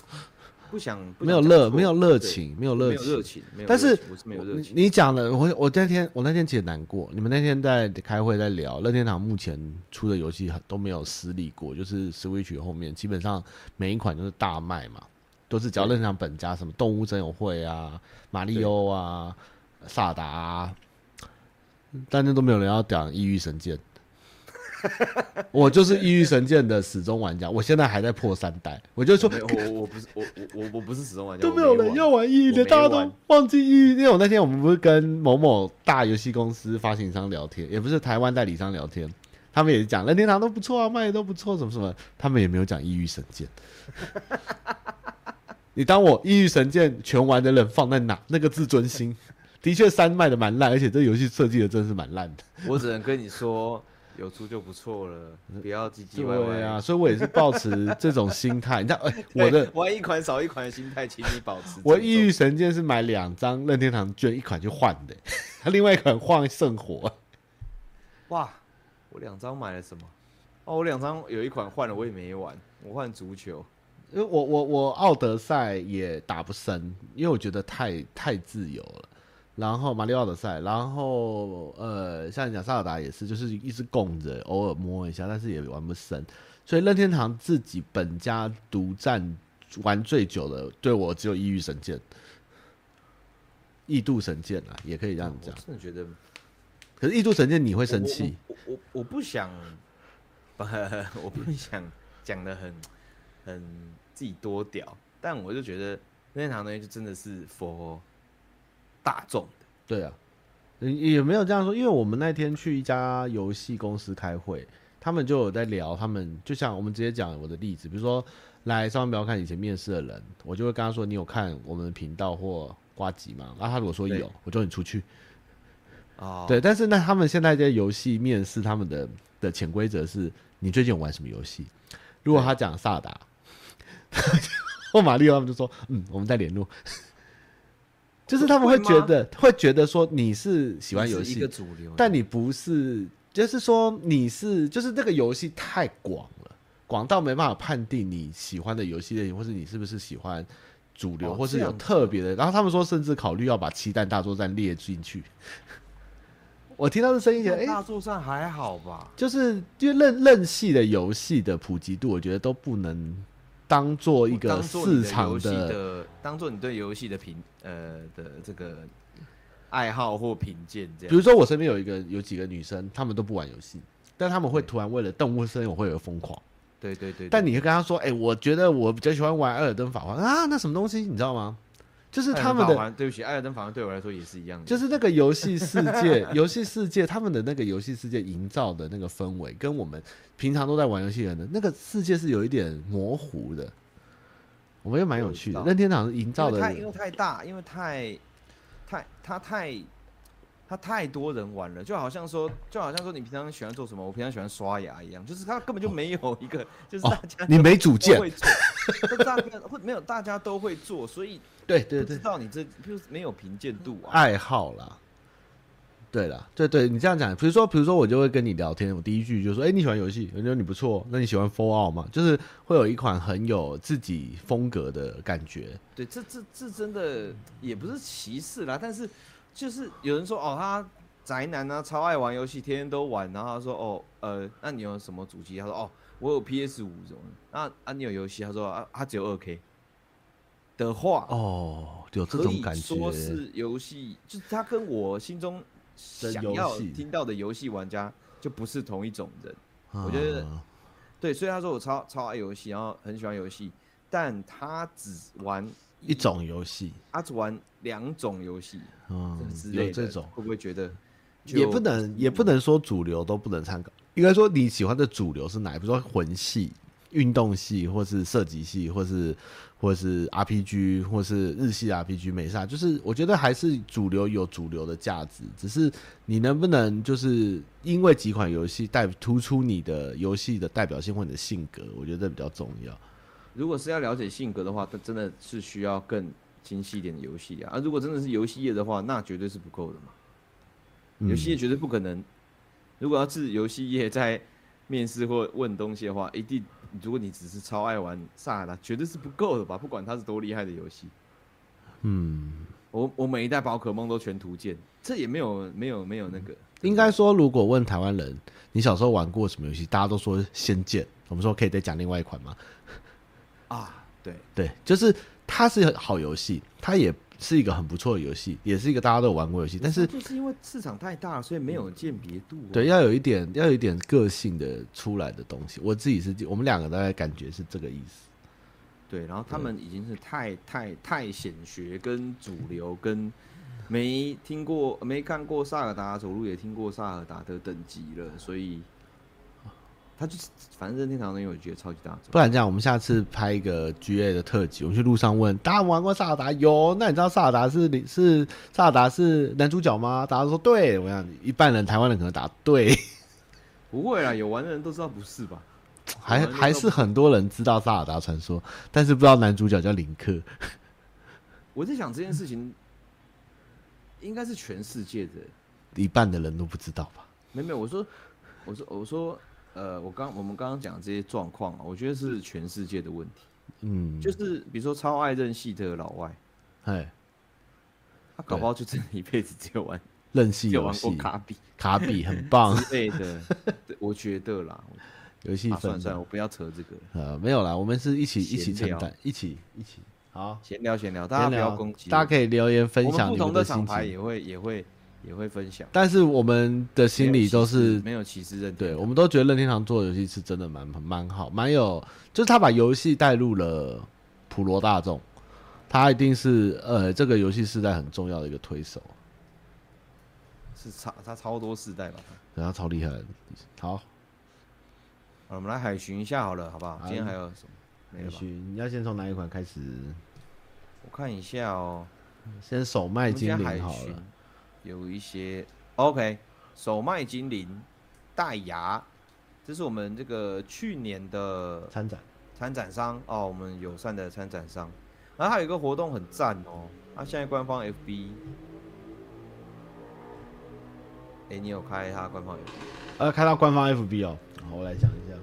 [SPEAKER 2] 不想不想
[SPEAKER 1] 没有
[SPEAKER 2] 讲
[SPEAKER 1] 热，
[SPEAKER 2] 错
[SPEAKER 1] 没有热
[SPEAKER 2] 对
[SPEAKER 1] 情，没有
[SPEAKER 2] 没有
[SPEAKER 1] 热
[SPEAKER 2] 热
[SPEAKER 1] 情。
[SPEAKER 2] 情，没有
[SPEAKER 1] 但
[SPEAKER 2] 热
[SPEAKER 1] 是
[SPEAKER 2] 情我是没有热情。
[SPEAKER 1] 你你讲的，我我那天我那天其实难过。你们那天在开会在聊，任天堂目前出的游戏很都没有失利过，就是 Switch 后面基本上每一款都是大卖嘛，都是只要任天堂本家什么动物真友会啊、马里欧啊、萨达啊，但是都没有人要讲异域神剑。 我就是异域神剑的始终玩家，我现在还在破三代，我就说
[SPEAKER 2] 没有我我不是我我我我不是始终玩家，
[SPEAKER 1] 都
[SPEAKER 2] 我
[SPEAKER 1] 没有
[SPEAKER 2] 玩
[SPEAKER 1] 人要玩抑郁
[SPEAKER 2] 我
[SPEAKER 1] 的，
[SPEAKER 2] 没
[SPEAKER 1] 大家都
[SPEAKER 2] 玩
[SPEAKER 1] 忘记抑郁。因为我那天我们不是跟某某大游戏公司发行商聊天，也不是台湾代理商聊天，他们也是讲任天堂都不错啊，卖的都不错，什么什么，他们也没有讲抑郁神剑。 你当我抑郁神剑全玩的人放在哪？那个自尊心， 的确三卖的蛮烂，而且这游戏设计的真是蛮烂的。
[SPEAKER 2] 我只能跟你说，有出就不错了，不要唧唧歪歪
[SPEAKER 1] 对啊，。所以我也是抱持这种心态。你知道，哎、
[SPEAKER 2] 对
[SPEAKER 1] 我的
[SPEAKER 2] 玩一款少一款的心态，请 你保持尊重。
[SPEAKER 1] 我《异域神剑》是买两张任天堂券，一款就换的、 欸，另外一款换圣火。
[SPEAKER 2] 哇，我两张买了什么？哦，我两张有一款换了，我也没玩，我换足球。
[SPEAKER 1] 因为我我我奥德赛也打不深，因为我觉得太太自由了。然后马里奥奥德赛，然后呃，像你讲萨尔达也是，就是一直供着，偶尔摸一下，但是也玩不深。所以任天堂自己本家独占玩最久的，对我只有《异域神剑》。异度神剑啊，也可以这样
[SPEAKER 2] 我
[SPEAKER 1] 讲。
[SPEAKER 2] 真的觉得
[SPEAKER 1] 可是异度神剑你会
[SPEAKER 2] 会
[SPEAKER 1] 生气，。
[SPEAKER 2] 我我我我我不想， 不我不想讲的很很自己多屌，但我就觉得任天堂的东西就真的是 for 大众的。
[SPEAKER 1] 对啊，嗯也没有这样说，因为我们那天去一家游戏公司开会，他们就有在聊，他们就像我们直接讲我的例子，比如说来上班不要看以前面试的人，我就会跟他说你有看我们的频道或瓜集吗？啊然后他如果说
[SPEAKER 2] 对
[SPEAKER 1] 有，我就你出去。
[SPEAKER 2] 哦，
[SPEAKER 1] 对，但是那他们现在在游戏面试，他们的的潜规则是你最近有玩什么游戏？如果他讲萨达 或马里奥，他们就说嗯，我们再联络。 就是他们会
[SPEAKER 2] 会吗
[SPEAKER 1] 觉得会觉得说你是喜欢游
[SPEAKER 2] 是一
[SPEAKER 1] 戏
[SPEAKER 2] 个，主流的，
[SPEAKER 1] 但你不是，就是说你是，就是这个游戏太广了，广到没办法判定你喜欢的游戏类型，或是你是不是喜欢主流，
[SPEAKER 2] 哦
[SPEAKER 1] 或是
[SPEAKER 2] 这
[SPEAKER 1] 有
[SPEAKER 2] 样子
[SPEAKER 1] 特别的。然后他们说，甚至考虑要把《七蛋大作战》列进去。我听到这声音觉得，哎、
[SPEAKER 2] 大作战还好吧？
[SPEAKER 1] 就是因为任任系的游戏的普及度，我觉得都不能当做一个
[SPEAKER 2] 当做你
[SPEAKER 1] 市
[SPEAKER 2] 的
[SPEAKER 1] 场
[SPEAKER 2] 游戏的，当做你对游戏的评呃的这个爱好或评鉴这
[SPEAKER 1] 比
[SPEAKER 2] 样。
[SPEAKER 1] 如说，我身边有一个有几个女生，她们都不玩游戏，但她们会突然为了动物森友会而疯狂。
[SPEAKER 2] 对对对，
[SPEAKER 1] 但你会跟他说：“哎、我觉得我比较喜欢玩《艾尔登法环》啊，那什么东西你知道吗？就是他们的，
[SPEAKER 2] 的，对不起，艾尔登法环对我来说也是一样的，
[SPEAKER 1] 就是那个游戏世 界，游戏世界他们的那个游戏世界营造的那个氛围，跟我们平常都在玩游戏的人的那个世界是有一点模糊的。我觉得蛮有趣的
[SPEAKER 2] 我，知道
[SPEAKER 1] 任天堂营造
[SPEAKER 2] 因为
[SPEAKER 1] 的
[SPEAKER 2] 太因为太大，因为太太它太它太多人玩了，就好像说就好像说你平常喜欢做什么，我平常喜欢刷牙一样，就是它根本就没有一个，就是
[SPEAKER 1] 哦
[SPEAKER 2] 大家
[SPEAKER 1] 你没主见
[SPEAKER 2] 都， 会做，但大家会没有大家都会做，所以
[SPEAKER 1] 对
[SPEAKER 2] 不
[SPEAKER 1] 对
[SPEAKER 2] 知
[SPEAKER 1] 对，
[SPEAKER 2] 道你这就是没有评鉴度啊。
[SPEAKER 1] 爱好啦。”对啦，对对，你这样讲，比如说，比如说，我就会跟你聊天，我第一句就说，哎、你喜欢游戏，我觉得你不错，那你喜欢 Fallout 吗？就是会有一款很有自己风格的感觉，
[SPEAKER 2] 对，这这这真的也不是歧视啦，但是就是有人说哦，他宅男啊，超爱玩游戏，天天都玩，然后他说哦，呃，那你有什么主机？他说哦，我有 PS 五什么的，那啊你有游戏？他说啊，他只有二 K 的话，
[SPEAKER 1] 哦，有这
[SPEAKER 2] 可
[SPEAKER 1] 种
[SPEAKER 2] 以
[SPEAKER 1] 感觉，
[SPEAKER 2] 说是游戏，就是他跟我心中
[SPEAKER 1] 的
[SPEAKER 2] 想
[SPEAKER 1] 游
[SPEAKER 2] 要
[SPEAKER 1] 戏
[SPEAKER 2] 听到的游戏玩家就不是同一种人。
[SPEAKER 1] 啊
[SPEAKER 2] 我觉得对，所以他说我超超爱游戏，然后很喜欢游戏，但他只玩
[SPEAKER 1] 一种游戏，
[SPEAKER 2] 他只玩两种游戏。
[SPEAKER 1] 嗯
[SPEAKER 2] 之，类
[SPEAKER 1] 有
[SPEAKER 2] 的
[SPEAKER 1] 这种，
[SPEAKER 2] 会不会觉得就
[SPEAKER 1] 也不能也不能说主流都不能参考，应该说你喜欢的主流是哪？比如说魂系、运动系，或是射击系，或是或是 RPG，或是日系 RPG，没啥。就是我觉得还是主流有主流的价值，只是你能不能就是因为几款游戏代突出你的游戏的代表性或你的性格，我觉得这比较重要。
[SPEAKER 2] 如果是要了解性格的话，那真的是需要更精细一点的游戏啊。啊，如果真的是游戏业的话，那绝对是不够的嘛。
[SPEAKER 1] 嗯
[SPEAKER 2] 游戏业绝对不可能。如果要是游戏业在面试或问东西的话，一定如果你只是超爱玩萨尔达，绝对是不够的吧？不管它是多厉害的游戏，
[SPEAKER 1] 嗯，
[SPEAKER 2] 我我每一代宝可梦都全图鉴，这也没有没有没有那个，
[SPEAKER 1] 嗯应该说，如果问台湾人，你小时候玩过什么游戏，大家都说《仙剑》，我们说可以再讲另外一款吗？
[SPEAKER 2] 啊，对，
[SPEAKER 1] 对，就是它是好游戏，它也是一个很不错的游戏，也是一个大家都有玩过的游戏，但是嗯
[SPEAKER 2] 就是因为市场太大了，所以没有鉴别度、啊
[SPEAKER 1] 对，，要有一点要有一点个性的出来的东西。我自己是这，我们两个大概感觉是这个意思。
[SPEAKER 2] 对，然后他们已经是太太太显学跟主流跟没听过没看过萨尔达走路也听过萨尔达的等级了，所以他就是反正任天堂的我觉得超级大众。
[SPEAKER 1] 不然这样，我们下次拍一个 GA 的特辑，我们去路上问大家玩过萨尔达有？那你知道萨尔达是你是萨尔达是男主角吗？大家都说对，我想一半人台湾人可能答对，
[SPEAKER 2] 不会啦，有玩的人都知道不是吧？
[SPEAKER 1] 还还是很多人知道萨尔达传说，但是不知道男主角叫林克。
[SPEAKER 2] 我在想这件事情，应该是全世界的。
[SPEAKER 1] 一半的人都不知道吧？
[SPEAKER 2] 没有没有，我说我说我说呃，我刚我们刚刚讲这些状况啊，我觉得是全世界的问题，
[SPEAKER 1] 嗯，
[SPEAKER 2] 就是比如说超爱任系的老外，
[SPEAKER 1] 哎，
[SPEAKER 2] 他搞不好就真的一辈子只 有玩
[SPEAKER 1] 任性
[SPEAKER 2] 只有
[SPEAKER 1] 游
[SPEAKER 2] 玩过
[SPEAKER 1] 戏
[SPEAKER 2] 卡比
[SPEAKER 1] 卡比很棒，
[SPEAKER 2] 之类的，对我觉得啦。我
[SPEAKER 1] 游戏
[SPEAKER 2] 啊、
[SPEAKER 1] 分
[SPEAKER 2] 算了算了，我不要扯这个了，
[SPEAKER 1] 呃没有啦，我们是一起一起
[SPEAKER 2] 闲
[SPEAKER 1] 承
[SPEAKER 2] 聊
[SPEAKER 1] 担，一起一起好，
[SPEAKER 2] 闲聊闲聊，大家不
[SPEAKER 1] 闲聊
[SPEAKER 2] 要攻击我，
[SPEAKER 1] 大家可以留言分
[SPEAKER 2] 我们
[SPEAKER 1] 享
[SPEAKER 2] 不
[SPEAKER 1] 你
[SPEAKER 2] 同
[SPEAKER 1] 们
[SPEAKER 2] 的厂
[SPEAKER 1] 心
[SPEAKER 2] 牌
[SPEAKER 1] 情，
[SPEAKER 2] 也会也会也会分享，
[SPEAKER 1] 但是我们的心里都
[SPEAKER 2] 没有歧
[SPEAKER 1] 是
[SPEAKER 2] 视没有歧视认
[SPEAKER 1] 对，我们都觉得任天堂做的游戏是真的蛮蛮好，蛮有，就是他把游戏带入了普罗大众，他一定是呃这个游戏时代很重要的一个推手，
[SPEAKER 2] 是差差超多世代吧。
[SPEAKER 1] 然后超厉害的，好，
[SPEAKER 2] 好我们来海巡一下好了，好不好？
[SPEAKER 1] 好
[SPEAKER 2] 今天还有什么？没
[SPEAKER 1] 也
[SPEAKER 2] 了吧
[SPEAKER 1] 许？你要先从哪一款开始？
[SPEAKER 2] 我看一下哦，
[SPEAKER 1] 先手卖
[SPEAKER 2] 我们
[SPEAKER 1] 精
[SPEAKER 2] 家海
[SPEAKER 1] 灵好
[SPEAKER 2] 巡
[SPEAKER 1] 了，
[SPEAKER 2] 有一些 OK，手卖精灵、大牙，这是我们这个去年的
[SPEAKER 1] 参展
[SPEAKER 2] 参展商哦，我们友善的参展商。然后还有一个活动很赞哦，啊，现在官方 FB，哎、你有开他官方 FB？
[SPEAKER 1] 呃，看到官方 FB 哦，好，我来讲一下，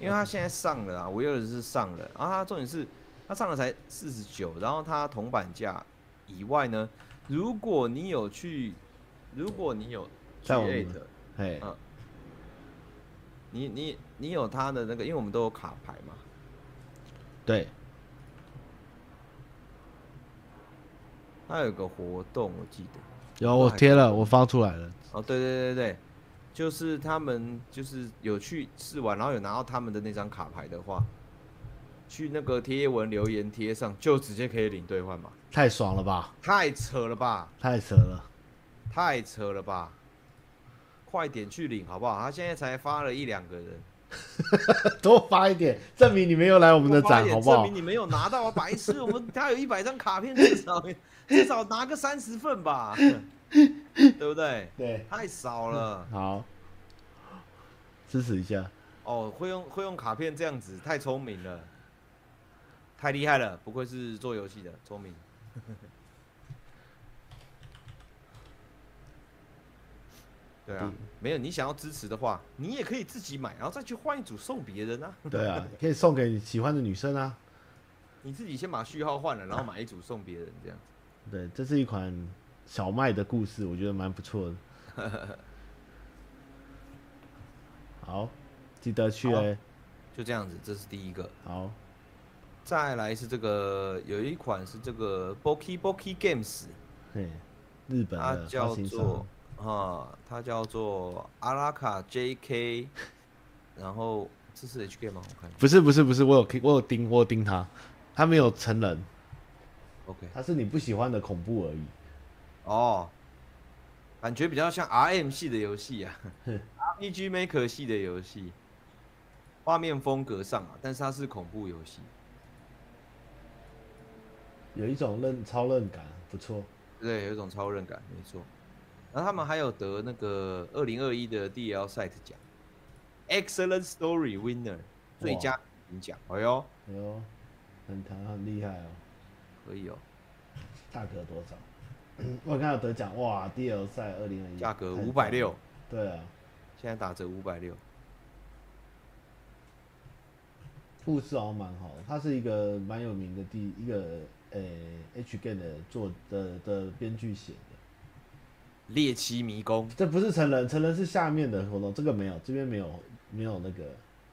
[SPEAKER 2] 因为他现在上了啊，五月二十是上了啊，他重点是他上了才四十九，然后他铜板价以外呢，如果你有去，如果你有
[SPEAKER 1] 在我们
[SPEAKER 2] G8 的
[SPEAKER 1] 嘿，
[SPEAKER 2] 嗯你你你有他的那个，因为我们都有卡牌嘛，
[SPEAKER 1] 对，
[SPEAKER 2] 他有个活动我记得。
[SPEAKER 1] 有我贴
[SPEAKER 2] 啊
[SPEAKER 1] 了，我发出来了，
[SPEAKER 2] 哦，对对对对，就是他们就是有去试玩，然后有拿到他们的那张卡牌的话，去那个贴文留言贴上，就直接可以领兑换码。
[SPEAKER 1] 太爽了吧，
[SPEAKER 2] 太扯了吧！
[SPEAKER 1] 太扯了，
[SPEAKER 2] 太扯了吧！快点去领好不好？他现在才发了一两个人，
[SPEAKER 1] 多发一点，证明你没有来我
[SPEAKER 2] 我
[SPEAKER 1] 们的展，好不好
[SPEAKER 2] 证？明你没有拿到啊，白痴！我们他有一百张卡片，至少 至少拿个三十份吧，对不对？
[SPEAKER 1] 对，
[SPEAKER 2] 太少了
[SPEAKER 1] 好，支持一下，
[SPEAKER 2] 哦，会用会用卡片这样子，太聪明了，太厉害了，不愧是做游戏的聪明。对啊，没有你想要支持的话，你也可以自己买，然后再去换一组送别人啊。
[SPEAKER 1] 对 啊，可以送给你喜欢的女生啊，
[SPEAKER 2] 你自己先把序号换了，然后买一组送别人，这样。
[SPEAKER 1] 对，这是一款小麦的故事，我觉得蛮不错的， 好，记得去
[SPEAKER 2] 好
[SPEAKER 1] 哎，
[SPEAKER 2] 就这样子，这是第一个。
[SPEAKER 1] 好，
[SPEAKER 2] 再来是这个有一款是这个 Boki Boki Games，
[SPEAKER 1] 嘿，日本
[SPEAKER 2] 它
[SPEAKER 1] 的
[SPEAKER 2] 叫
[SPEAKER 1] 发行商
[SPEAKER 2] 做。啊，它叫做阿拉卡 JK，然后这是 HK 吗？我看一下
[SPEAKER 1] 不是不是不是，我有我有盯我有盯他，他没有成人，
[SPEAKER 2] OK，
[SPEAKER 1] 他是你不喜欢的恐怖而已。
[SPEAKER 2] 哦，感觉比较像 RM 系的游戏啊 ，RPG Maker 系的游戏，画面风格上啊，但是它是恐怖游戏，
[SPEAKER 1] 有一种任超任感，不错。
[SPEAKER 2] 对，有一种超韧感，没错。然后他们还有得那个二零二一的 DL Site 奖，Excellent Story Winner 最佳影奖，哎呦，
[SPEAKER 1] 哎呦，很他很厉害哦，
[SPEAKER 2] 可以哦，
[SPEAKER 1] 价格多少？ 我看到得奖哇，DL 赛二零二一，
[SPEAKER 2] 价格五百六，，
[SPEAKER 1] 对啊，
[SPEAKER 2] 现在打折五百六。
[SPEAKER 1] 故事好像蛮好的，他是一个蛮有名的第一个呃 H game 的作的的编剧写的，
[SPEAKER 2] 猎奇迷宫
[SPEAKER 1] 这不是成人，成人是下面的活动，这个没有，这边没有没有那个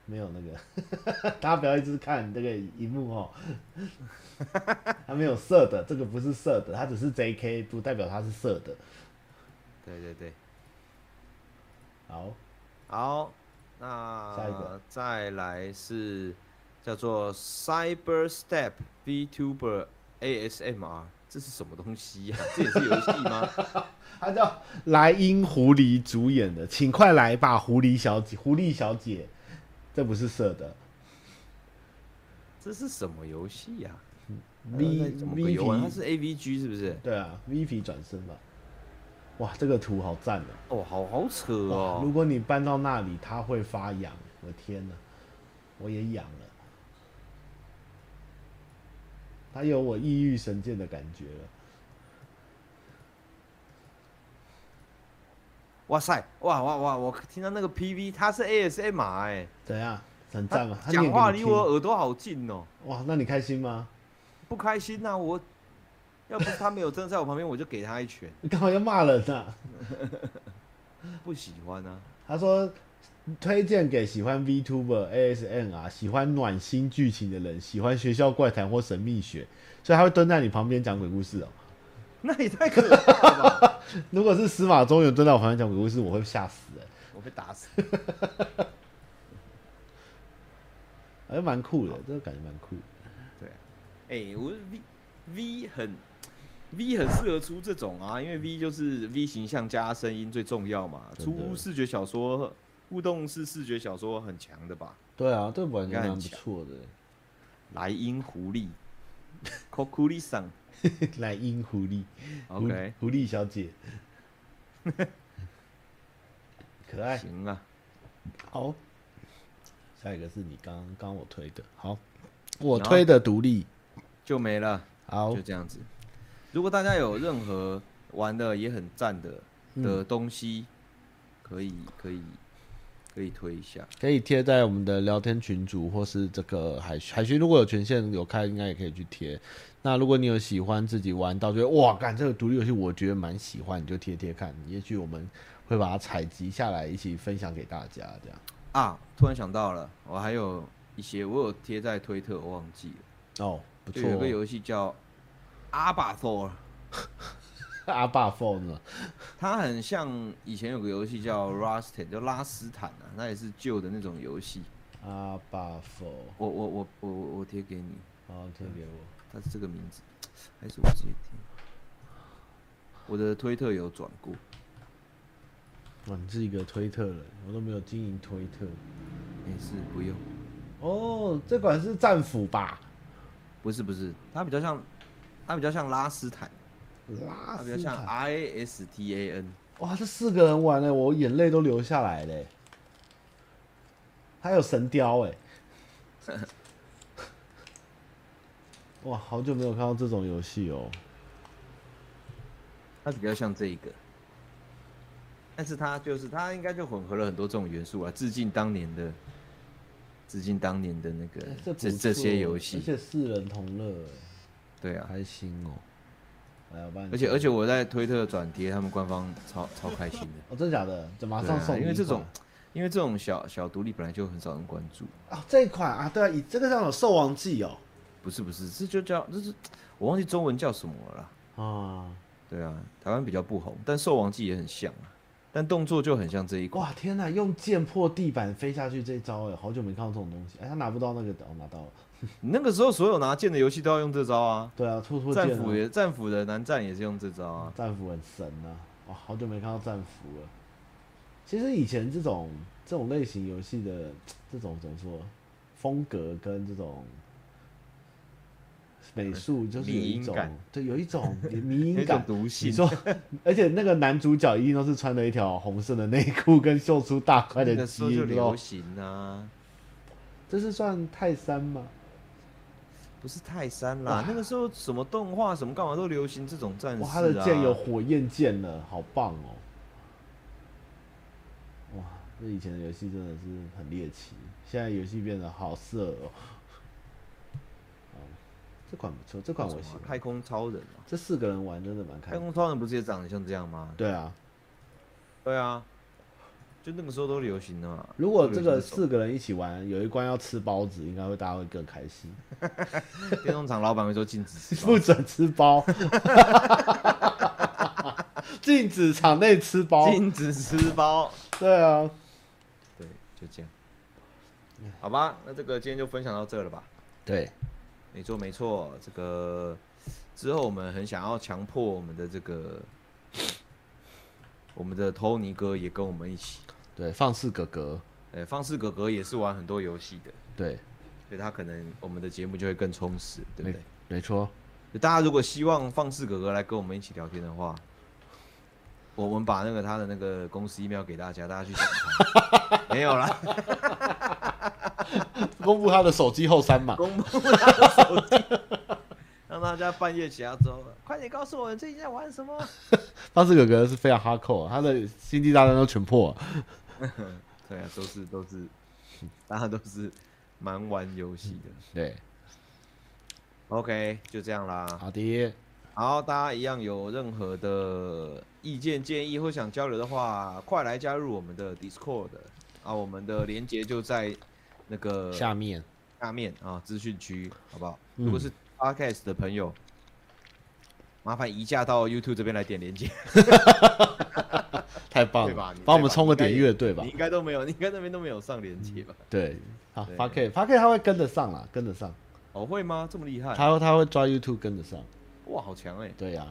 [SPEAKER 1] 没有那个， 大家不要一直看这个荧幕哦，它没有色的，这个不是色的，它只是 JK，不代表它是色的。
[SPEAKER 2] 对对对，
[SPEAKER 1] 好，
[SPEAKER 2] 好，那
[SPEAKER 1] 下一个
[SPEAKER 2] 再来是叫做 Cyber Step VTuber ASMR，这是什么东西呀、这也是游戏 吗？
[SPEAKER 1] 它叫莱茵狐狸主演的，请快来吧，狐狸小姐，狐狸小姐，这不是色的。
[SPEAKER 2] 这是什么游戏呀、呃
[SPEAKER 1] V
[SPEAKER 2] 怎么个
[SPEAKER 1] V
[SPEAKER 2] 游啊玩？它
[SPEAKER 1] P
[SPEAKER 2] 是 AVG 是不是？
[SPEAKER 1] 对啊，V P 转身吧。哇，这个图好赞哦、
[SPEAKER 2] 哦，好好扯
[SPEAKER 1] 哇如
[SPEAKER 2] 哦！
[SPEAKER 1] 果你搬到那里，它会发痒。我的天哪，我也痒了。它有我抑郁神剑的感觉了。
[SPEAKER 2] 哇塞，哇哇哇！我听到那个 PV，它是 ASMR 哎、
[SPEAKER 1] 怎样？很
[SPEAKER 2] 他
[SPEAKER 1] 赞吗？它念
[SPEAKER 2] 讲话
[SPEAKER 1] 给你
[SPEAKER 2] 离
[SPEAKER 1] 听
[SPEAKER 2] 我耳朵好近哦，
[SPEAKER 1] 哇，那你开心吗？
[SPEAKER 2] 不开心呐、我要不是他没有站在我旁边，我就给他一拳，
[SPEAKER 1] 你干嘛要骂人啊？
[SPEAKER 2] 不喜欢啊。
[SPEAKER 1] 他说推荐给喜欢 VTuber、ASMR、喜啊欢暖心剧情的人，喜欢学校怪谈或神秘学，所以他会蹲在你旁边讲鬼故事哦。
[SPEAKER 2] 那也太可怕了吧！
[SPEAKER 1] 如果是司马中有蹲在我旁边讲鬼故事，我会吓死哎、
[SPEAKER 2] 我被打死。
[SPEAKER 1] 欸，哎，蛮酷的，这个感觉蛮酷的。
[SPEAKER 2] 哎、我 V V 很 V 很适合出这种啊，因为 V 就是 V 形象加声音最重要嘛。
[SPEAKER 1] 真的
[SPEAKER 2] 出视觉小说互动式视觉小说很强的吧？
[SPEAKER 1] 对啊，这本
[SPEAKER 2] 应该
[SPEAKER 1] 来
[SPEAKER 2] 很
[SPEAKER 1] 蛮不
[SPEAKER 2] 强
[SPEAKER 1] 错的、
[SPEAKER 2] 莱茵狐狸 c o c u l i s a n
[SPEAKER 1] 莱茵狐狸
[SPEAKER 2] OK，
[SPEAKER 1] 狐狐狸小姐， 可爱。
[SPEAKER 2] 行啊，
[SPEAKER 1] 好，下一个是你刚刚我推的，好，我推的独立，
[SPEAKER 2] 就没了。
[SPEAKER 1] 好
[SPEAKER 2] 就，这样子。如果大家有任何玩的也很赞的的东西，可以可以可以推一下。
[SPEAKER 1] 可以贴在我们的聊天群组，或是这个海巡海巡，如果有权限有开，应该也可以去贴。那如果你有喜欢自己玩到觉得哇，干这个独立游戏，我觉得蛮喜欢，你就贴贴看，也许我们会把它采集下来，一起分享给大家。这样
[SPEAKER 2] 啊，突然想到了，我还有一些我有贴在推特，我忘记了，
[SPEAKER 1] 哦，不
[SPEAKER 2] 就
[SPEAKER 1] 错、
[SPEAKER 2] 有一个
[SPEAKER 1] 哦。
[SPEAKER 2] 游戏叫《阿巴托》，
[SPEAKER 1] 阿爸 phone 啊了，
[SPEAKER 2] 它很像以前有个游戏叫 Rusted，叫拉斯坦啊，那也是旧的那种游戏。
[SPEAKER 1] 阿爸 phone，
[SPEAKER 2] 我我我我我我贴给你，
[SPEAKER 1] 好贴给我。
[SPEAKER 2] 它是这个名字，还是我直接贴？我的推特有转过。
[SPEAKER 1] 哇，你是一个推特人，我都没有经营推特。
[SPEAKER 2] 没事，不用。
[SPEAKER 1] 哦，这款是战斧吧？
[SPEAKER 2] 不是不是，它比较像，它比较像拉斯坦，
[SPEAKER 1] 拉
[SPEAKER 2] 它比较
[SPEAKER 1] 斯
[SPEAKER 2] 像
[SPEAKER 1] 坦，
[SPEAKER 2] R A S T A N。
[SPEAKER 1] 哇，这四个人玩的，我眼泪都流下来嘞。还有神雕 哎，哇，好久没有看到这种游戏哦。
[SPEAKER 2] 它比较像这一个，但是它就是它应该就混合了很多这种元素啊，致敬当年的，致敬当年的那
[SPEAKER 1] 哎
[SPEAKER 2] 个
[SPEAKER 1] 不
[SPEAKER 2] 这这些
[SPEAKER 1] 错
[SPEAKER 2] 游
[SPEAKER 1] 而
[SPEAKER 2] 戏，
[SPEAKER 1] 且四人同乐
[SPEAKER 2] 对
[SPEAKER 1] 哎，
[SPEAKER 2] 啊，
[SPEAKER 1] 开心哦。来，我帮你。
[SPEAKER 2] 而且而且，我在推特转贴，他们官方超超开心的，
[SPEAKER 1] 哦，真假的，这马
[SPEAKER 2] 对
[SPEAKER 1] 上
[SPEAKER 2] 啊
[SPEAKER 1] 送你一款、
[SPEAKER 2] 因为这种因为这种小小独立本来就很少人关注，
[SPEAKER 1] 啊，这一款啊，对啊，以这个叫什么《兽王记》哦。
[SPEAKER 2] 不是不是，这就叫这是我忘记中文叫什么了啦。
[SPEAKER 1] 啊，
[SPEAKER 2] 对啊，台湾比较不红，但《兽王记》也很像啊，但动作就很像这一款。
[SPEAKER 1] 哇，天哪，用剑破地板飞下去这一招哎，好久没看到这种东西。哎，他拿不到那个的，哦，拿到了。
[SPEAKER 2] 你那个时候所有拿剑的游戏都要用这招啊，
[SPEAKER 1] 对啊，突突剑、啊。
[SPEAKER 2] 战斧也战斧的南战也是用这招啊。
[SPEAKER 1] 战斧很神啊！哇，好久没看到战斧了。其实以前这种这种类型游戏的这种怎么说，风格跟这种美术，就是有一
[SPEAKER 2] 迷
[SPEAKER 1] 种
[SPEAKER 2] 因感
[SPEAKER 1] 对，有一种迷
[SPEAKER 2] 有
[SPEAKER 1] 音
[SPEAKER 2] 一种
[SPEAKER 1] 感。
[SPEAKER 2] 毒
[SPEAKER 1] 你
[SPEAKER 2] 性，
[SPEAKER 1] 说， 而且那个男主角一定都是穿了一条红色的内裤，跟秀出大块
[SPEAKER 2] 那
[SPEAKER 1] 的
[SPEAKER 2] 个时候
[SPEAKER 1] 肌
[SPEAKER 2] 就
[SPEAKER 1] 肉
[SPEAKER 2] 流。行啊，
[SPEAKER 1] 这是算泰山吗？
[SPEAKER 2] 不是泰山
[SPEAKER 1] 哇
[SPEAKER 2] 啦，那个时候什么动画什么干嘛都流行这种战士
[SPEAKER 1] 哇，
[SPEAKER 2] 啊。
[SPEAKER 1] 他的剑有火焰剑了，好棒哦！哇，这以前的游戏真的是很猎奇，现在游戏变得好色哦。哦这款不错，这款我喜欢。
[SPEAKER 2] 啊太空超人啊，
[SPEAKER 1] 这四个人玩真的蛮开
[SPEAKER 2] 太
[SPEAKER 1] 心。
[SPEAKER 2] 空超人不是也长得像这样吗？
[SPEAKER 1] 对啊，
[SPEAKER 2] 对啊，就那个时候都流行的嘛。
[SPEAKER 1] 如果
[SPEAKER 2] 都
[SPEAKER 1] 这
[SPEAKER 2] 流行
[SPEAKER 1] 个
[SPEAKER 2] 手
[SPEAKER 1] 四个人一起玩，有一关要吃包子，应该会大家会更开心。
[SPEAKER 2] 电动厂老板会说禁止吃
[SPEAKER 1] 不
[SPEAKER 2] 包，
[SPEAKER 1] 准吃包，禁止场内吃包。
[SPEAKER 2] 禁止吃包。
[SPEAKER 1] 对啊，
[SPEAKER 2] 对，就这样。
[SPEAKER 1] 嗯
[SPEAKER 2] 好吧，那这个今天就分享到这了吧？
[SPEAKER 1] 对，
[SPEAKER 2] 没错没错，这个之后我们很想要强迫我们的这个 我们的托尼哥也跟我们一起，
[SPEAKER 1] 对，放肆哥哥，
[SPEAKER 2] 呃，方式哥哥也是玩很多游戏的，
[SPEAKER 1] 对，
[SPEAKER 2] 所以他可能我们的节目就会更充实，对不对？
[SPEAKER 1] 没错，
[SPEAKER 2] 就大家如果希望放肆哥哥来跟我们一起聊天的话，我们把那个他的那个公司 email 给大家，大家去想他。 没有啦，
[SPEAKER 1] 公布他的手机后三码。
[SPEAKER 2] 公布他的手机，让大家半夜起来之后，快点告诉我你最近在玩什么。
[SPEAKER 1] 放肆哥哥是非常哈扣，啊他的星际大战都全破了。啊
[SPEAKER 2] 对啊，都是都是，大家都是蛮玩游戏的。
[SPEAKER 1] 对，
[SPEAKER 2] OK，就这样啦。
[SPEAKER 1] 好的，
[SPEAKER 2] 好，大家一样有任何的意见建议或想交流的话，快来加入我们的 Discord 啊，我们的连接就在那个
[SPEAKER 1] 下面
[SPEAKER 2] 下面啊资讯区，好不好？
[SPEAKER 1] 嗯
[SPEAKER 2] 如果是 Podcast 的朋友，麻烦移驾到 YouTube 这边来点连接，
[SPEAKER 1] 太棒
[SPEAKER 2] 对吧
[SPEAKER 1] 了
[SPEAKER 2] 你，
[SPEAKER 1] 帮我们
[SPEAKER 2] 对吧
[SPEAKER 1] 冲个
[SPEAKER 2] 应该
[SPEAKER 1] 点阅，对吧嗯
[SPEAKER 2] 你？应该都没有，你应该那边都没有上连接吧？
[SPEAKER 1] 对，好
[SPEAKER 2] 对
[SPEAKER 1] f a k 发 k 他会跟得上啦，跟得上，
[SPEAKER 2] 哦，会吗？这么厉害？
[SPEAKER 1] 他他会抓 YouTube 跟得上。
[SPEAKER 2] 哇，好强哎！
[SPEAKER 1] 对呀、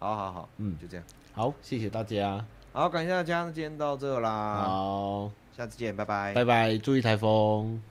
[SPEAKER 2] 好好好，
[SPEAKER 1] 嗯
[SPEAKER 2] 就这样。
[SPEAKER 1] 好，谢谢大家，
[SPEAKER 2] 好，感谢大家，那今天到这啦，
[SPEAKER 1] 好，
[SPEAKER 2] 下次见，拜拜。
[SPEAKER 1] 拜拜，注意台风。